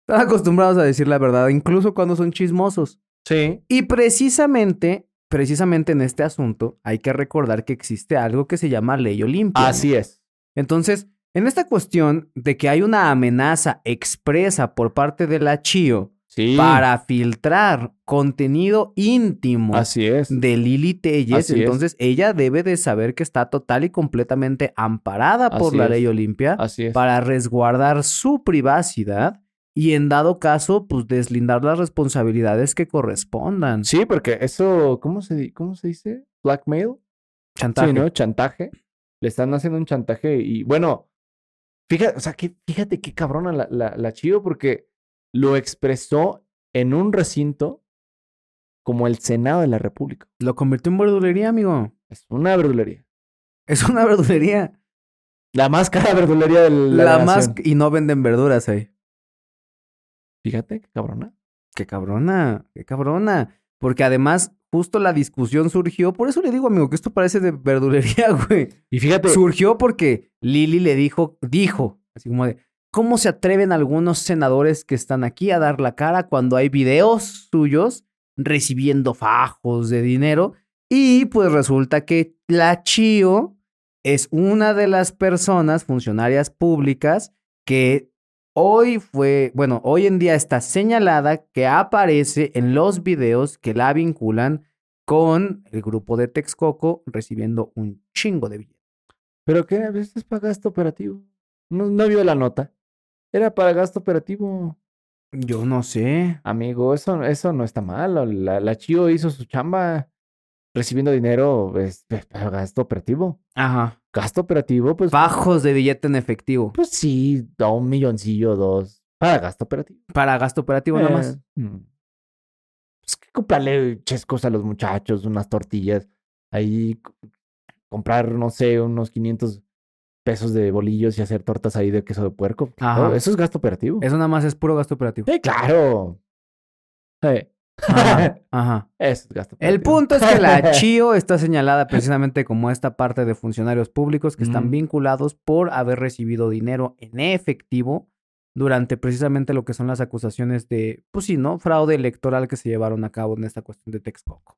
están acostumbrados a decir la verdad, incluso cuando son chismosos.
Sí.
Y precisamente, precisamente en este asunto, hay que recordar que existe algo que se llama ley olimpia.
Así es.
Entonces, en esta cuestión de que hay una amenaza expresa por parte de la CHIO
Sí.
para filtrar contenido íntimo
Así es.
de Lili Telles,
Así es.
entonces ella debe de saber que está total y completamente amparada por
Así
la
es.
ley olimpia
Así es.
para resguardar su privacidad y en dado caso, pues deslindar las responsabilidades que correspondan.
Sí, porque eso, ¿cómo se, di- cómo se dice? Blackmail.
Chantaje.
Sí, ¿no? Chantaje. Le están haciendo un chantaje y bueno, Fíjate, o sea, que, fíjate qué cabrona la, la, la Chío, porque lo expresó en un recinto como el Senado de la República.
Lo convirtió en verdulería, amigo.
Es una verdulería.
Es una verdulería.
La más cara verdulería de la,
La, más...
nación.
Y no venden verduras ahí.
Fíjate, qué cabrona.
Qué cabrona, qué cabrona. Porque además, justo la discusión surgió. Por eso le digo, amigo, que esto parece de verdulería, güey.
Y fíjate,
Surgió porque Lili le dijo, dijo, así como de, ¿cómo se atreven algunos senadores que están aquí a dar la cara cuando hay videos suyos recibiendo fajos de dinero? Y pues resulta que la Chio es una de las personas funcionarias públicas que hoy fue, bueno, hoy en día está señalada que aparece en los videos que la vinculan con el grupo de Texcoco recibiendo un chingo de billetes.
pero que a veces es para gasto operativo. No, no vio la nota. Era para gasto operativo.
Yo no sé.
Amigo, eso, eso no está mal. La, la Chío hizo su chamba recibiendo dinero pues, pues, para gasto operativo.
Ajá.
Gasto operativo, pues,
Bajos de billete en efectivo.
pues sí, da un milloncillo, dos. Para gasto operativo.
Para gasto operativo nada más.
Eh, mm. Pues que comprarle chescos a los muchachos, unas tortillas. Ahí c- comprar, no sé, unos 500 pesos de bolillos y hacer tortas ahí de queso de puerco. Claro,
Ajá.
eso es gasto operativo.
Eso nada más es puro gasto operativo.
Sí, claro. Sí,
Ajá. Ajá.
eso es gasto
El
operativo.
punto es que la CHIO está señalada precisamente como esta parte de funcionarios públicos que están
Mm.
vinculados por haber recibido dinero en efectivo durante precisamente lo que son las acusaciones de, pues sí, ¿no? Fraude electoral que se llevaron a cabo en esta cuestión de Texcoco.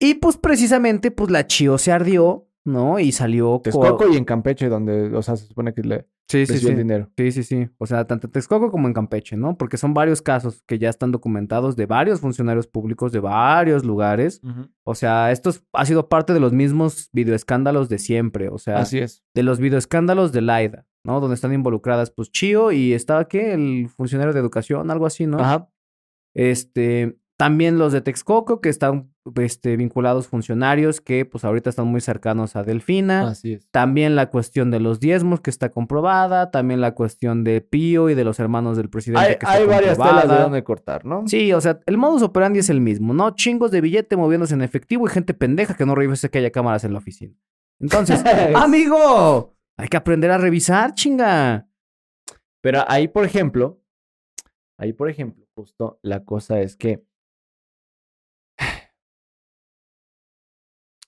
Y pues precisamente, pues la CHIO se ardió, ¿no? Y salió... co-
Texcoco y en Campeche, donde, o sea, se supone que le
Sí, sí,
recibió
sí.
el dinero.
Sí, sí, sí. O sea, tanto en Texcoco como en Campeche, ¿no? Porque son varios casos que ya están documentados de varios funcionarios públicos de varios lugares. O sea, esto es- ha sido parte de los mismos videoescándalos de siempre. O sea,
Así es.
de los videoescándalos de Laida, ¿no? Donde están involucradas, pues, Chío y estaba, ¿qué? El funcionario de educación, algo así, ¿no?
Ajá.
Este, también los de Texcoco, que están, este, vinculados funcionarios que, pues, ahorita están muy cercanos a Delfina.
Así es.
También la cuestión de los diezmos que está comprobada, también la cuestión de Pío y de los hermanos del presidente.
Hay,
que está
hay varias telas de
comprobada.
donde cortar, ¿no?
Sí, o sea, el modus operandi es el mismo, ¿no? Chingos de billete moviéndose en efectivo y gente pendeja que no revisa que haya cámaras en la oficina. Entonces, amigo, hay que aprender a revisar, chinga.
Pero ahí, por ejemplo, ahí, por ejemplo, justo la cosa es que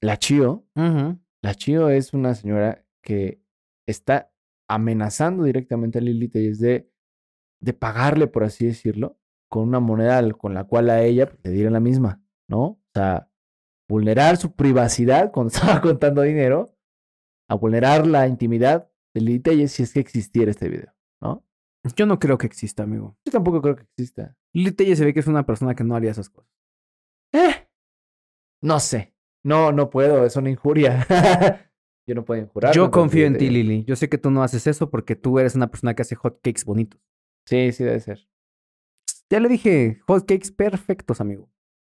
la Chio,
Ujú.
la Chio es una señora que está amenazando directamente a Lilith y es de, de pagarle, por así decirlo, con una moneda al- con la cual a ella pues, le dieron la misma, ¿no? O sea, vulnerar su privacidad cuando estaba contando dinero, a vulnerar la intimidad de Lilith Telles si es que existiera este video, ¿no?
Yo no creo que exista, amigo.
Yo tampoco creo que exista.
Lili Tellez se ve que es una persona que no haría esas cosas.
No sé. No, no puedo. Es una injuria. Yo no puedo injurar.
Yo
contra
confío en ti,
de-
Lili. Yo sé que tú no haces eso porque tú eres una persona que hace hotcakes bonitos.
Sí, sí debe ser.
Ya le dije, hotcakes perfectos, amigo.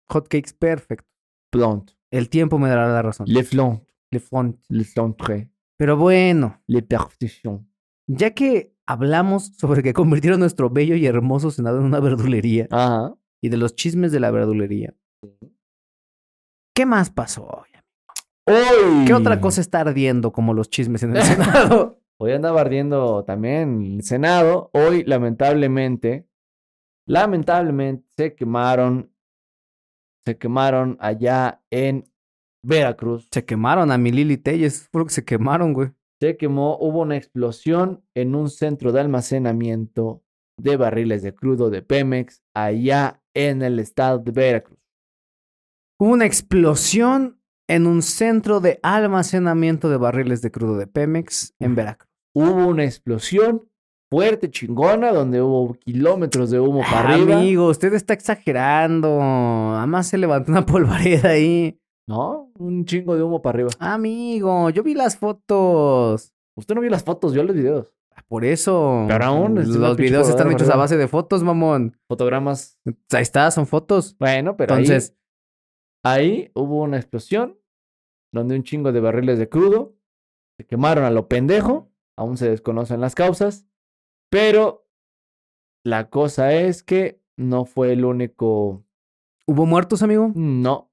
Hotcakes perfectos.
Plont.
El tiempo me dará la razón.
Le flon.
Le font.
Le flontré.
Pero bueno,
Le perdition.
ya que hablamos sobre que convirtieron nuestro bello y hermoso senado en una verdulería
Ajá.
y de los chismes de la verdulería, ¿qué más pasó?
¡Uy!
¿Qué otra cosa está ardiendo como los chismes en el senado?
Hoy andaba ardiendo también el Senado. Hoy, lamentablemente, lamentablemente se quemaron. Se quemaron allá en Veracruz.
se quemaron a mi Lili Telles. Fue lo que se quemaron, güey.
se quemó, hubo una explosión en un centro de almacenamiento de barriles de crudo de Pemex allá en el estado de Veracruz.
Hubo una explosión en un centro de almacenamiento de barriles de crudo de Pemex en Veracruz.
Hubo una explosión fuerte, chingona, donde hubo kilómetros de humo para arriba.
Ah, Amigo, usted está exagerando. Además se levantó una polvareda ahí.
No, un chingo de humo para arriba.
Amigo, yo vi las fotos. Ah,
Usted no vio las fotos, vio los videos.
Por eso.
Pero aún, es una
Los
pinche
videos están
polvareda
hechos
arriba.
a base de fotos, mamón.
Fotogramas.
Ahí está, son fotos.
Bueno, pero ahí-
Entonces,
ahí hubo una explosión donde un chingo de barriles de crudo se quemaron a lo pendejo. Aún se desconocen las causas, pero la cosa es que no fue el único.
¿Hubo muertos, amigo?
No,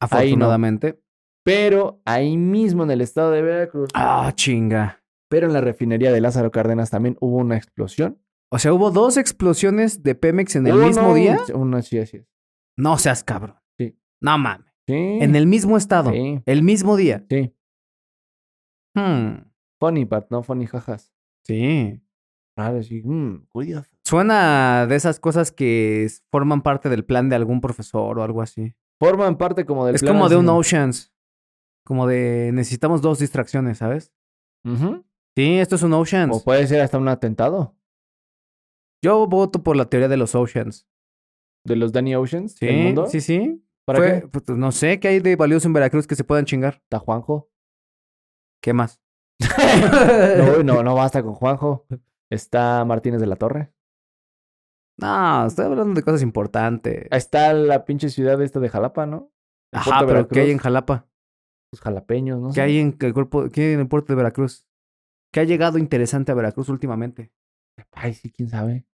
Afortunadamente.
pero ahí mismo en el estado de Veracruz,
Ah, chinga.
pero en la refinería de Lázaro Cárdenas también hubo una explosión.
O sea, hubo dos explosiones de Pemex en el
Hubo,
mismo
¿no?
día.
Una, sí, así es.
No seas cabrón.
Sí.
No mames.
Sí,
En el mismo estado.
Sí.
El mismo día.
sí.
Hmm.
Funny, but no funny, jajas.
Sí.
Claro, sí. mm, curioso.
Suena de esas cosas que s- forman parte del plan de algún profesor o algo así.
Forman parte como del
es
plan
como de un
asesino.
Oceans. Como de necesitamos dos distracciones, ¿sabes?
Ujú.
Sí, esto es un Oceans.
O puede ser hasta un atentado
Yo voto por la teoría de los Oceans.
de los Danny Oceans
Sí,
del mundo.
sí, sí.
¿Para
Fue-
qué?
pues, no sé, ¿qué hay de valioso en Veracruz que se puedan chingar?
Está Juanjo.
¿Qué más?
No, no, no basta con Juanjo. Está Martínez de la Torre.
No, estoy hablando de cosas importantes.
Está la pinche ciudad esta de Jalapa, ¿no? El
Ajá,
puerto de
pero ¿qué hay en
Veracruz,
Jalapa?
Los jalapeños, no
¿Qué hay en el cuerpo, qué hay en el puerto de Veracruz? ¿Qué ha llegado interesante a Veracruz últimamente?
Ay, sí, quién sabe.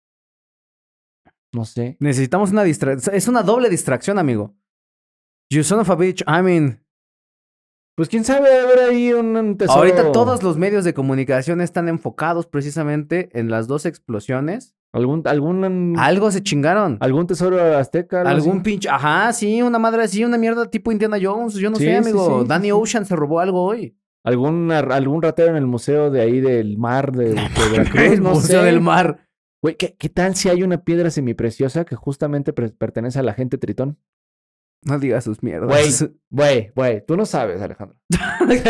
No sé.
Necesitamos una distracción. Es una doble distracción, amigo. You son of a bitch, I mean.
Pues quién sabe, debe haber ahí un un tesoro.
Ahorita todos los medios de comunicación están enfocados precisamente en las dos explosiones.
Algún, algún,
Algo se chingaron.
algún tesoro azteca. algo
Algún
así?
pinche. Ajá, sí, una madre así, una mierda tipo Indiana Jones. Yo no
Sí,
sé,
sí,
amigo.
sí, sí,
Danny
sí.
Ocean se robó algo hoy.
algún, ar- algún ratero en el museo de ahí del mar de, de Veracruz.
El
no
Museo
sé.
del Mar.
Güey, ¿qué, qué tal si hay una piedra semipreciosa que justamente pre- pertenece a la gente tritón?
No digas sus
Güey,
mierdas.
güey, güey, tú no sabes, Alejandro.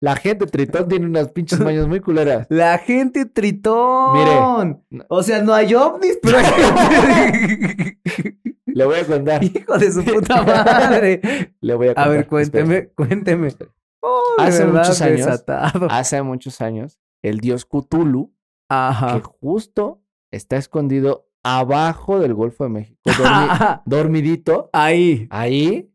la gente tritón tiene unas pinches mañas muy culeras.
La gente tritón.
Mire.
O sea, no hay ovnis, pero hay gente-
Le voy a contar,
Hijo de su puta madre.
le voy a
A
contar.
ver, cuénteme,
Espera.
cuénteme. Oh, de
Hace
verdad,
muchos años-
desatado.
Hace muchos años, el dios Cthulhu,
Ajá.
que justo está escondido abajo del Golfo de México, dormi-
Ajá.
dormidito,
Ahí.
ahí,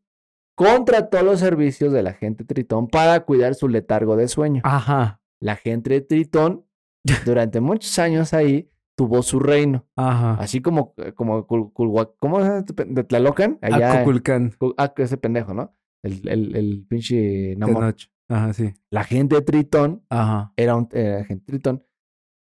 contrató los servicios de la gente tritón para cuidar su letargo de sueño.
Ah. Ajá.
La gente tritón, durante muchos años ahí, tuvo su reino.
Ajá.
Así como, eh, como, Cul- Culhua- ¿cómo se llama este pe- De
Ah,
Tlalocan, allá.
Acuculcán.
Cu- Ah, que ese pendejo, ¿no? El, el, el pinche
De
Namor.
noche. Ajá, sí.
La gente de Tritón,
Ajá.
era un era gente de Tritón,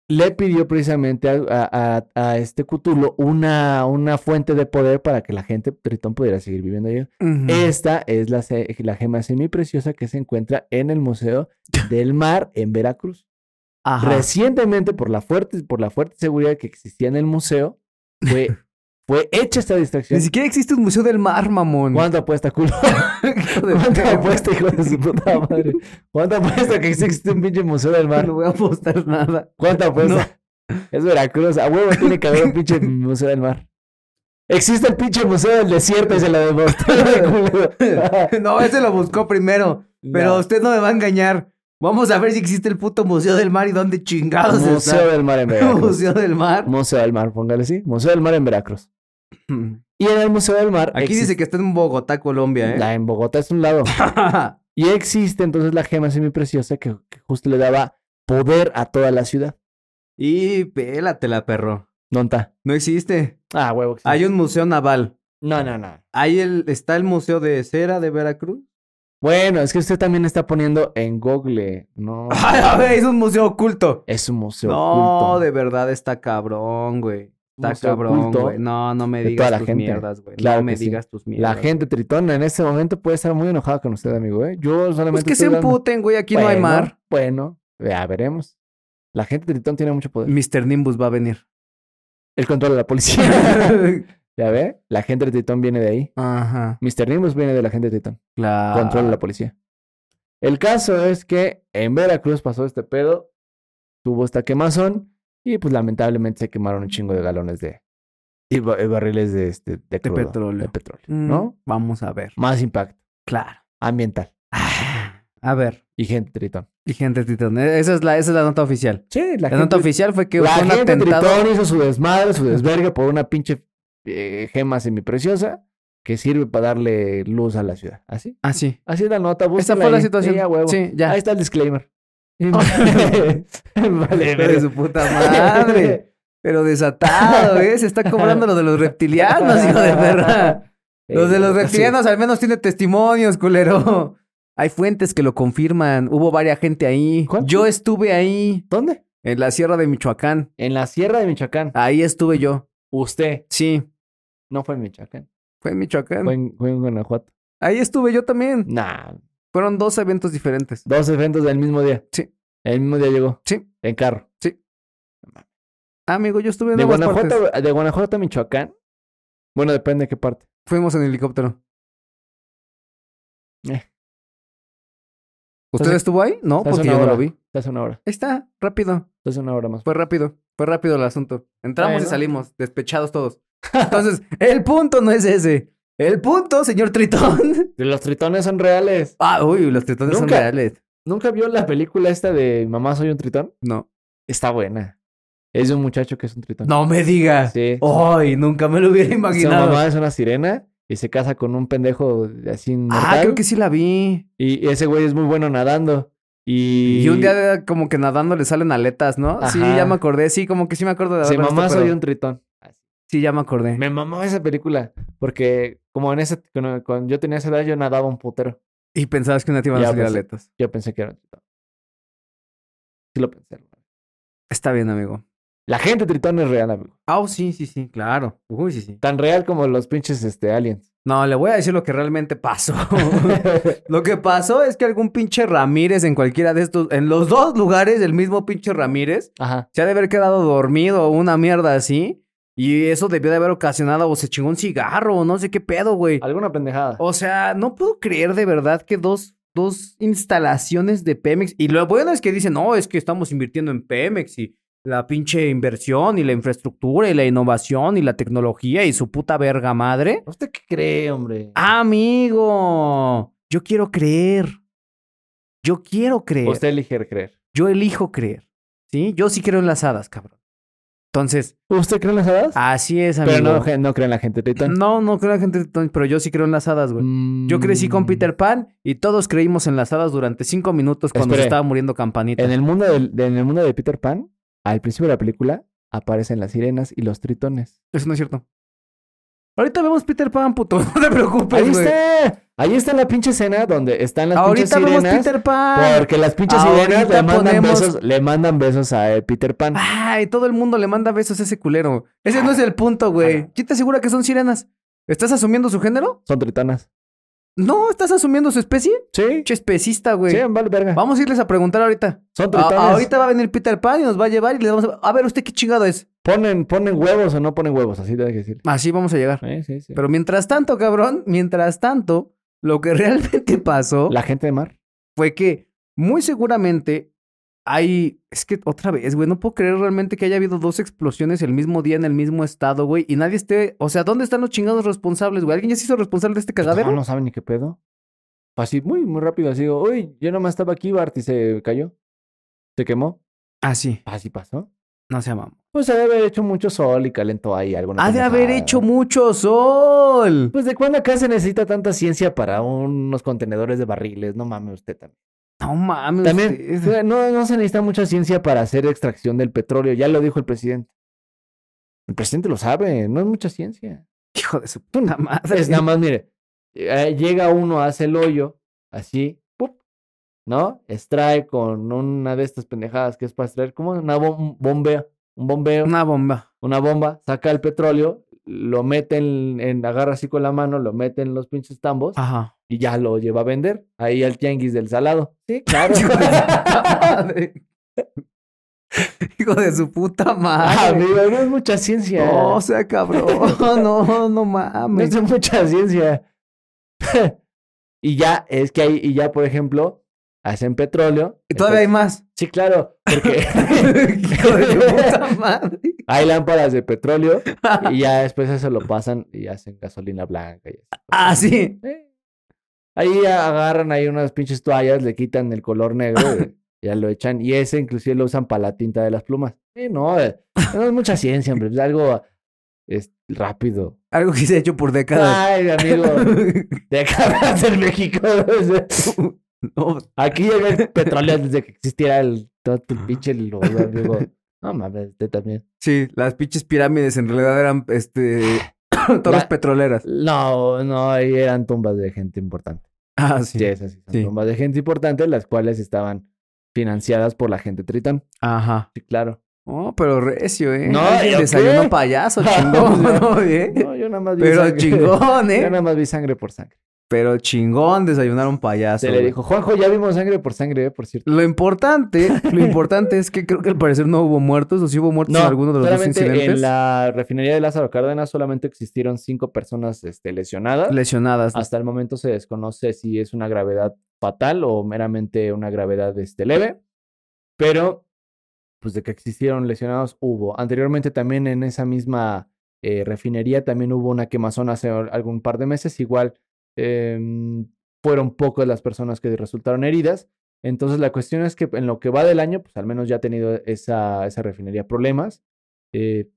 le pidió precisamente a, a- a- a este Cutulo una, una fuente de poder para que la gente de Tritón pudiera seguir viviendo allí.
Ujú.
Esta es la, se- la gema semipreciosa que se encuentra en el Museo del Mar en Veracruz.
Ajá.
Recientemente, por la, fuerte, por la fuerte seguridad que existía en el museo, fue, fue hecha esta distracción.
Ni siquiera existe un museo del mar, mamón.
¿Cuánto apuesta, culo?
Hijo de
¿Cuánto
puta
apuesta, hijo de su puta madre? ¿Cuánto apuesta que existe un pinche museo del mar?
madre, No voy a apostar nada.
¿Cuánto apuesta? Es Veracruz. A huevo tiene que haber un pinche museo del mar. Existe el pinche museo del desierto y se lo demostré, culo.
No, ese lo buscó primero. Pero
No.
usted no me va a engañar. Vamos a ver si existe el puto museo del mar y dónde chingados
Museo del mar en
está.
Veracruz.
Museo del mar.
Museo del mar, póngale así. Museo del mar en Veracruz. Y en el Museo del Mar.
Aquí
Mm, existe-
dice que está en Bogotá, Colombia, ¿eh?
La en Bogotá es un lado. Y existe entonces la gema semipreciosa que, que justo le daba poder a toda la ciudad.
y pélatela, perro.
¿Nonta?
No existe.
Ah, huevo. que sí.
Hay un museo naval.
No, no, no.
Ahí el, está el museo de cera de Veracruz.
Bueno, es que usted también está poniendo en Google. No.
A ver, es un museo oculto.
Es un museo
No,
oculto.
de verdad está cabrón, güey. Está
Museo
cabrón,
oculto
güey. No, no me
de toda
digas
la
tus
gente.
mierdas, güey.
Claro
no me
que sí.
digas tus mierdas.
La gente tritona en este momento puede estar muy enojada con usted, amigo, ¿eh? Yo
Pues
solamente.
que se
estoy dando-
emputen, güey. Aquí no hay
Bueno,
mar.
Bueno, ya veremos. La gente tritón tiene mucho poder.
Mr. Nimbus va a venir.
El control de la policía. ¿Ya ve? La gente tritón viene de ahí.
Ajá.
Mr. Nimbus viene de la gente tritón.
Claro.
controla la policía. El caso es que en Veracruz pasó este pedo, tuvo esta quemazón y pues lamentablemente se quemaron un chingo de galones de y ba- y barriles de este de, crudo,
petróleo.
de petróleo, Mm.
¿No?
¿no?
Mm, Vamos a ver.
Más impacto
Claro.
ambiental
Ah, A ver.
y gente tritón.
Y gente tritón. eh, Esa es la, esa es la nota oficial.
Sí, la,
La nota oficial fue que
la
fue un
gente
atentado.
tritón hizo su desmadre, su desvergue por una pinche eh, gema semipreciosa que sirve para darle luz a la ciudad. Así,
Ah, sí.
así es la nota.
Esa
búsquela
fue la
ahí.
situación.
Sí, a huevo.
Sí, ya.
Ahí está el disclaimer. vale,
Hijo de su puta madre. Pero desatado, ¿eh? Se está cobrando lo de los reptilianos, hijo de perra. Los de los reptilianos al menos tiene testimonios, culero. Hay fuentes que lo confirman. Hubo varias gente ahí.
¿Cuál?
Yo estuve ahí,
¿Dónde?
en la sierra de Michoacán.
En la Sierra de Michoacán.
Ahí estuve yo.
Usted
Sí,
no fue en Michoacán.
fue en Michoacán.
Fue en, Mm. fue en Guanajuato.
Ahí estuve yo también.
Nah.
Fueron dos eventos diferentes.
Dos eventos del mismo día.
Sí.
El mismo día llegó.
Sí.
En carro.
Ah, amigo, yo estuve en
De
ambas
Guanajuato,
partes.
de Guanajuato a Michoacán. Bueno, depende de qué parte.
Fuimos en helicóptero.
Eh.
¿Usted
Entonces-
estuvo ahí? No,
Estás
porque
una
yo no lo
hora.
vi.
Te hace una hora.
Ahí está, rápido.
Te hace una hora más.
Fue rápido, fue rápido el asunto. Entramos y
Bueno.
salimos, despechados todos. Entonces, el punto no es ese. El punto, señor Tritón.
Los tritones son reales.
Ah, uy, los tritones son
Nunca.
reales.
¿Nunca vio la película esta de Mamá soy un tritón?
No.
Está buena. Es de un muchacho que es un tritón.
No me digas.
Sí.
Ay, nunca me lo hubiera
Su
imaginado.
mamá es una sirena y se casa con un pendejo así
ah,
inmortal.
creo que sí la vi.
Y ese güey es muy bueno nadando. Y,
Y un día de- como que nadando le salen aletas, ¿no? Sí,
Ajá.
ya me acordé. Sí, como que sí me acuerdo de
se
haberla
mamá
visto,
soy
pero-
un tritón.
Sí, ya me acordé.
Me mamó esa película porque como en ese cuando, cuando yo tenía esa edad yo nadaba un putero.
Y pensabas que una te iban a
Ya,
salir
pues,
aletas.
Yo pensé que era un tritón. Sí lo pensé. hermano.
Está bien, amigo.
La gente tritón es real, amigo.
Ah, oh, sí, sí, sí, claro. Uy, sí, sí.
Tan real como los pinches este aliens.
No, le voy a decir lo que realmente pasó. lo que pasó es que algún pinche Ramírez en cualquiera de estos, en los dos lugares, el mismo pinche Ramírez,
Ajá.
se ha de haber quedado dormido o una mierda así. Y eso debió de haber ocasionado o se chingó un cigarro o no sé qué pedo, güey.
Alguna pendejada.
O sea, no puedo creer de verdad que dos, dos instalaciones de Pemex. Y lo bueno es que dicen, no, es que estamos invirtiendo en Pemex y la pinche inversión y la infraestructura y la innovación y la tecnología y su puta verga madre.
¿Usted qué cree, hombre?
Amigo, yo quiero creer. Yo quiero creer.
Usted elige creer.
Yo elijo creer. ¿Sí? Yo sí creo en las hadas, cabrón. Entonces,
¿Usted cree en las hadas?
así Ah, es, amigo.
Pero no, gen- no cree en la gente tritón.
no, no creo en la gente, pero yo sí creo en las hadas, güey. Yo crecí con
Mm.
Peter Pan y todos creímos en las hadas durante cinco minutos cuando se
Espere.
estaba muriendo campanita.
En el, mundo del- de, en el mundo de Peter Pan, al principio de la película, aparecen las sirenas y los tritones.
Eso no es cierto. Ahorita vemos Peter Pan, puto. No te preocupes,
¡Ahí
Pues, güey.
está! Ahí está la pinche escena donde están las
Ahorita
pinches
vemos
sirenas.
Peter Pan.
Porque las pinches
Ahorita Ah.
sirenas le mandan,
ponemos-
besos, le mandan besos a eh, Peter Pan.
Ay, todo el mundo le manda besos a ese culero. Ese no es el punto, güey. ¿Quién te asegura que son sirenas? ¿Estás asumiendo su género?
Son tritonas.
No, ¿estás asumiendo su especie?
Sí.
Che, especista, güey.
Sí, vale, verga.
Vamos a irles a preguntar ahorita.
Son
A-
tritones.
ahorita va a venir Peter Pan y nos va a llevar y les vamos a... A ver, ¿usted qué chingado es?
Ponen, ponen huevos o no ponen huevos, así te hay que decir.
Así vamos a llegar.
Eh, sí, sí.
Pero mientras tanto, cabrón, mientras tanto, lo que realmente pasó
La gente de mar.
fue que muy seguramente hay... Es que otra vez, güey, no puedo creer realmente que haya habido dos explosiones el mismo día en el mismo estado, güey, y nadie esté... O sea, ¿dónde están los chingados responsables, güey? ¿Alguien ya se hizo responsable de este cagadero?
Pues, No, no saben ni qué pedo. Fue así, muy, muy rápido, así. digo, Uy, yo nomás estaba aquí, Bart, y se cayó. Se quemó.
Ah, sí.
Así pasó.
No se amamos.
Pues ha de haber hecho mucho sol y calentó ahí alguna
Ha de
pendejada,
haber hecho
¿no?
mucho sol.
Pues de cuándo acá se necesita tanta ciencia para unos contenedores de barriles, no mames usted también.
No mames. este,
También,
ustedes.
o sea, no, no se necesita mucha ciencia para hacer extracción del petróleo, ya lo dijo el presidente. El presidente lo sabe, no es mucha ciencia.
Hijo de su puta madre.
Es nada más, mire, eh, llega uno, hace el hoyo, así, ¡pup! ¿no? Extrae con una de estas pendejadas que es para extraer, como una bom- bombea, un bombeo.
Una bomba.
una bomba, saca el petróleo, lo mete en, en- agarra así con la mano, lo mete en los pinches tambos
Ajá.
y ya lo lleva a vender ahí al tianguis del salado. Sí, claro.
Hijo de su puta madre. Hijo de su puta madre.
ah, Amigo, no es mucha ciencia.
No,
No,
o sea, cabrón. No, no mames.
es mucha ciencia. y ya, es que ahí, y ya, por ejemplo, hacen petróleo.
Y todavía hay más.
Sí, claro, porque
Hijo de su puta madre.
hay lámparas de petróleo y ya después eso lo pasan y hacen gasolina blanca y así.
Ah, sí.
Eh, Ahí a- agarran ahí unas pinches toallas, le quitan el color negro, eh, ya lo echan. Y ese inclusive lo usan para la tinta de las plumas. Eh, no, eh, no es mucha ciencia, hombre. Es algo es, rápido.
Algo que se ha hecho por décadas.
Ay, amigo. Décadas en México.
No,
Aquí ya había petróleo desde que existiera el, todo el pinche lo- lo- digo, No mames, usted también.
sí, las pinches pirámides en realidad eran, este, todas
La-
petroleras.
No, no, ahí eran tumbas de gente importante.
Ah, sí.
Sí, esas sí son
Sí.
tumbas de gente importante, las cuales estaban financiadas por la gente tritán.
Ajá.
Sí, claro.
Oh, pero recio, ¿eh?
No,
Alguien
¿yo
desayuno
qué?
payaso,
Ah,
chingón,
ya.
¿no? ¿Eh?
No, yo nada más vi
Pero
sangre.
chingón,
Yo
¿eh?
nada más vi sangre por sangre.
Pero chingón desayunaron payaso.
Se le
güey.
dijo, Juanjo, ya vimos sangre por sangre, eh, por cierto.
Lo importante, lo importante es que creo que al parecer no hubo muertos, o si hubo muertos en alguno de los dos
solamente
incidentes.
en la refinería de Lázaro Cárdenas solamente existieron cinco personas este, lesionadas.
Lesionadas.
Hasta el momento se desconoce si es una gravedad fatal o meramente una gravedad este, leve, pero pues de que existieron lesionados hubo. Anteriormente también en esa misma eh, refinería también hubo una quemazón hace al- algún par de meses, igual em, fueron pocas las personas que resultaron heridas. Entonces la cuestión es que en lo que va del año, pues al menos ya ha tenido esa, esa refinería problemas. Eh,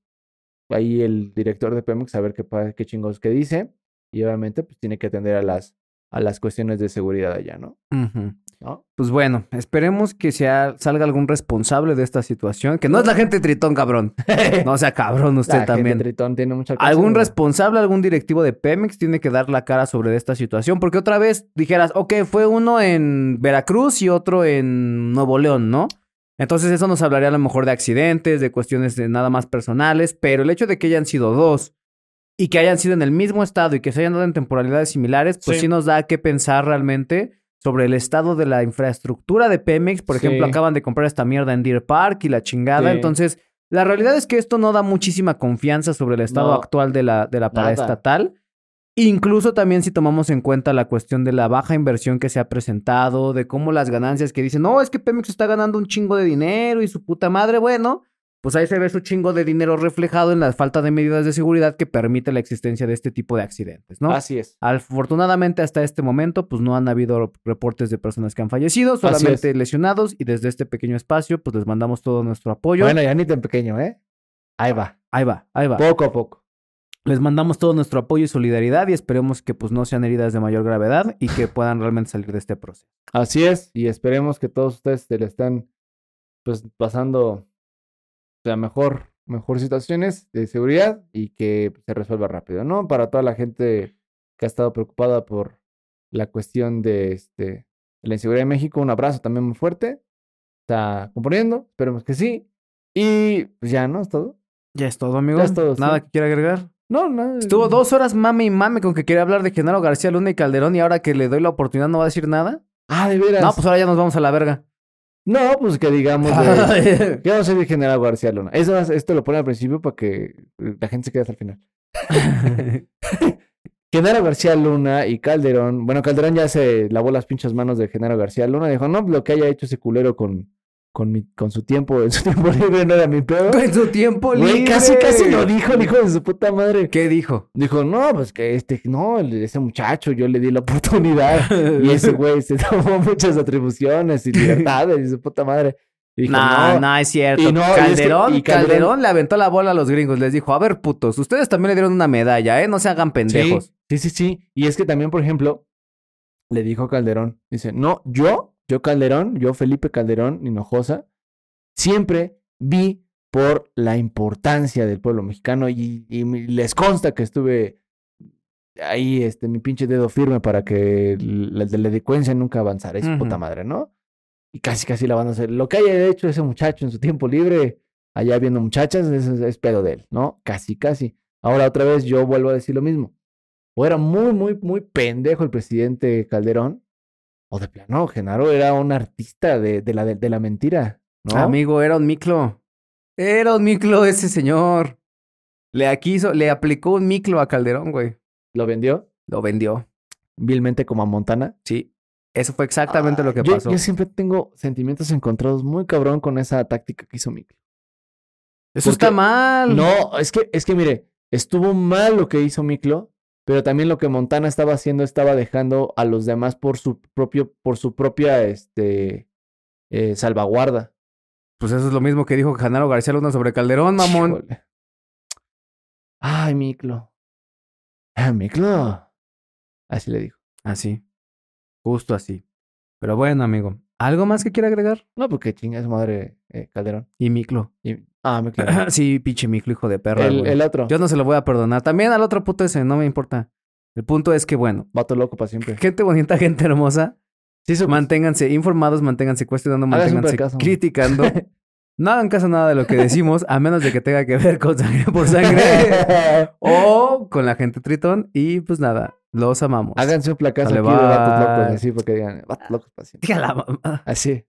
ahí el director de Pemex a ver qué, pa- qué chingos que dice y obviamente pues tiene que atender a las a las cuestiones de seguridad allá, ¿no?
Ujú.
¿No?
Pues bueno, esperemos que sea, salga algún responsable de esta situación. Que no es la gente tritón, cabrón. No sea cabrón
La
usted
gente
también.
Tritón tiene mucha cosa,
Algún
güey.
responsable, algún directivo de Pemex tiene que dar la cara sobre esta situación. Porque otra vez dijeras, ok, fue uno en Veracruz y otro en Nuevo León, ¿no? Entonces eso nos hablaría a lo mejor de accidentes, de cuestiones de nada más personales, pero el hecho de que hayan sido dos y que hayan sido en el mismo estado y que se hayan dado en temporalidades similares, pues sí,
Sí.
nos da que pensar realmente sobre el estado de la infraestructura de Pemex. Por
Sí.
ejemplo, acaban de comprar esta mierda en Deer Park y la chingada.
Sí.
Entonces, la realidad es que esto no da muchísima confianza sobre el estado
No.
actual de la, de la
Nada.
paraestatal. Incluso también si tomamos en cuenta la cuestión de la baja inversión que se ha presentado, de cómo las ganancias que dicen, no, es que Pemex está ganando un chingo de dinero y su puta madre, bueno, pues ahí se ve su chingo de dinero reflejado en la falta de medidas de seguridad que permite la existencia de este tipo de accidentes, ¿no?
Así es.
Afortunadamente hasta este momento pues no han habido reportes de personas que han fallecido,
Así es.
solamente lesionados y desde este pequeño espacio pues les mandamos todo nuestro apoyo.
Bueno, ya ni tan pequeño, ¿eh? Ahí va,
Ahí va, ahí va.
poco a poco.
Les mandamos todo nuestro apoyo y solidaridad y esperemos que pues no sean heridas de mayor gravedad y que puedan realmente salir de este proceso.
Así es y esperemos que todos ustedes se le están pues pasando la mejor mejor situaciones de seguridad y que se resuelva rápido, ¿no? Para toda la gente que ha estado preocupada por la cuestión de este la inseguridad de México, un abrazo también muy fuerte. Está componiendo, esperemos que sí. Y pues ya, ¿no? Es todo.
Ya es todo, amigos.
Ya es todo, sí.
Nada que quiera agregar.
No, no.
Estuvo dos horas mame y mame con que quería hablar de Genaro García Luna y Calderón y ahora que le doy la oportunidad no va a decir nada.
Ah, de veras.
No, pues ahora ya nos vamos a la verga.
No, pues que digamos de... Yo no soy de General García Luna. Eso, esto lo pone al principio para que la gente se quede hasta el final. Genaro García Luna y Calderón. Bueno, Calderón ya se lavó las pinchas manos de Genaro García Luna. Dijo, no, lo que haya hecho ese culero con, con, mi, con su tiempo, en su tiempo libre no era mi pedo.
en su tiempo libre.
Güey, casi, casi lo dijo el hijo de su puta madre.
¿Qué dijo?
Dijo, no, pues que este, no, el- ese muchacho, yo le di la oportunidad. Y ese güey se tomó muchas atribuciones y libertades y su puta madre. Dijo,
Nah,
no,
nah, es cierto.
Y no, y es que-
Calderón,
y
Calderón,
Calderón-
le aventó la bola a los gringos. Les dijo, a ver, putos, ustedes también le dieron una medalla, ¿eh? No se hagan pendejos.
Sí, sí, sí, sí. Y es que también, por ejemplo, le dijo Calderón, dice, no, yo, yo Calderón, yo Felipe Calderón Hinojosa, siempre vi por la importancia del pueblo mexicano y, y me- les consta que estuve ahí, este, mi pinche dedo firme para que la, la delincuencia nunca avanzara, es
Ujú.
puta madre, ¿no? Y casi, casi la van a hacer. Lo que haya hecho ese muchacho en su tiempo libre, allá viendo muchachas, es, es pedo de él, ¿no? Casi, casi. Ahora otra vez yo vuelvo a decir lo mismo. O era muy, muy, muy pendejo el presidente Calderón, o de plano, Genaro era un artista de, de la, de, la mentira, ¿no?
Amigo, era un miclo. Era un miclo ese señor. Le quiso, le aplicó un miclo a Calderón, güey.
Lo vendió
Lo vendió.
vilmente como a Montana.
Sí. Eso fue exactamente lo que
yo,
pasó.
yo siempre tengo sentimientos encontrados muy cabrón con esa táctica que hizo Mick.
Eso
porque-
está mal.
No, es que, es que mire, estuvo mal lo que hizo Miklo, pero también lo que Montana estaba haciendo estaba dejando a los demás por su propio, por su propia este, eh, salvaguarda.
Pues eso es lo mismo que dijo Janaro García Luna sobre Calderón, mamón.
Híjole. Ay, Miklo. Ah, Miklo. Así le dijo.
Así. Justo así. Pero bueno, amigo, ¿algo más que quiera agregar?
No, porque chinga su madre eh, Calderón.
Y Miclo.
Y- ah, me claro.
sí, pinche Miclo, hijo de perra.
el,
güey.
el otro.
Yo no se lo voy a perdonar. También al otro puto ese, no me importa. El punto es que, bueno,
Vato loco para siempre.
gente bonita, gente hermosa,
Sí, su-
manténganse informados, manténganse cuestionando,
Hagan
manténganse
supercaso.
criticando. No hagan caso a nada de lo que decimos, a menos de que tenga que ver con sangre por sangre o con la gente tritón. Y pues nada, los amamos.
Háganse un placazo
Sale,
aquí de vatos
bye. Ah.
locos, así, porque digan, vatos locos para siempre.
Diga la mamá.
Así.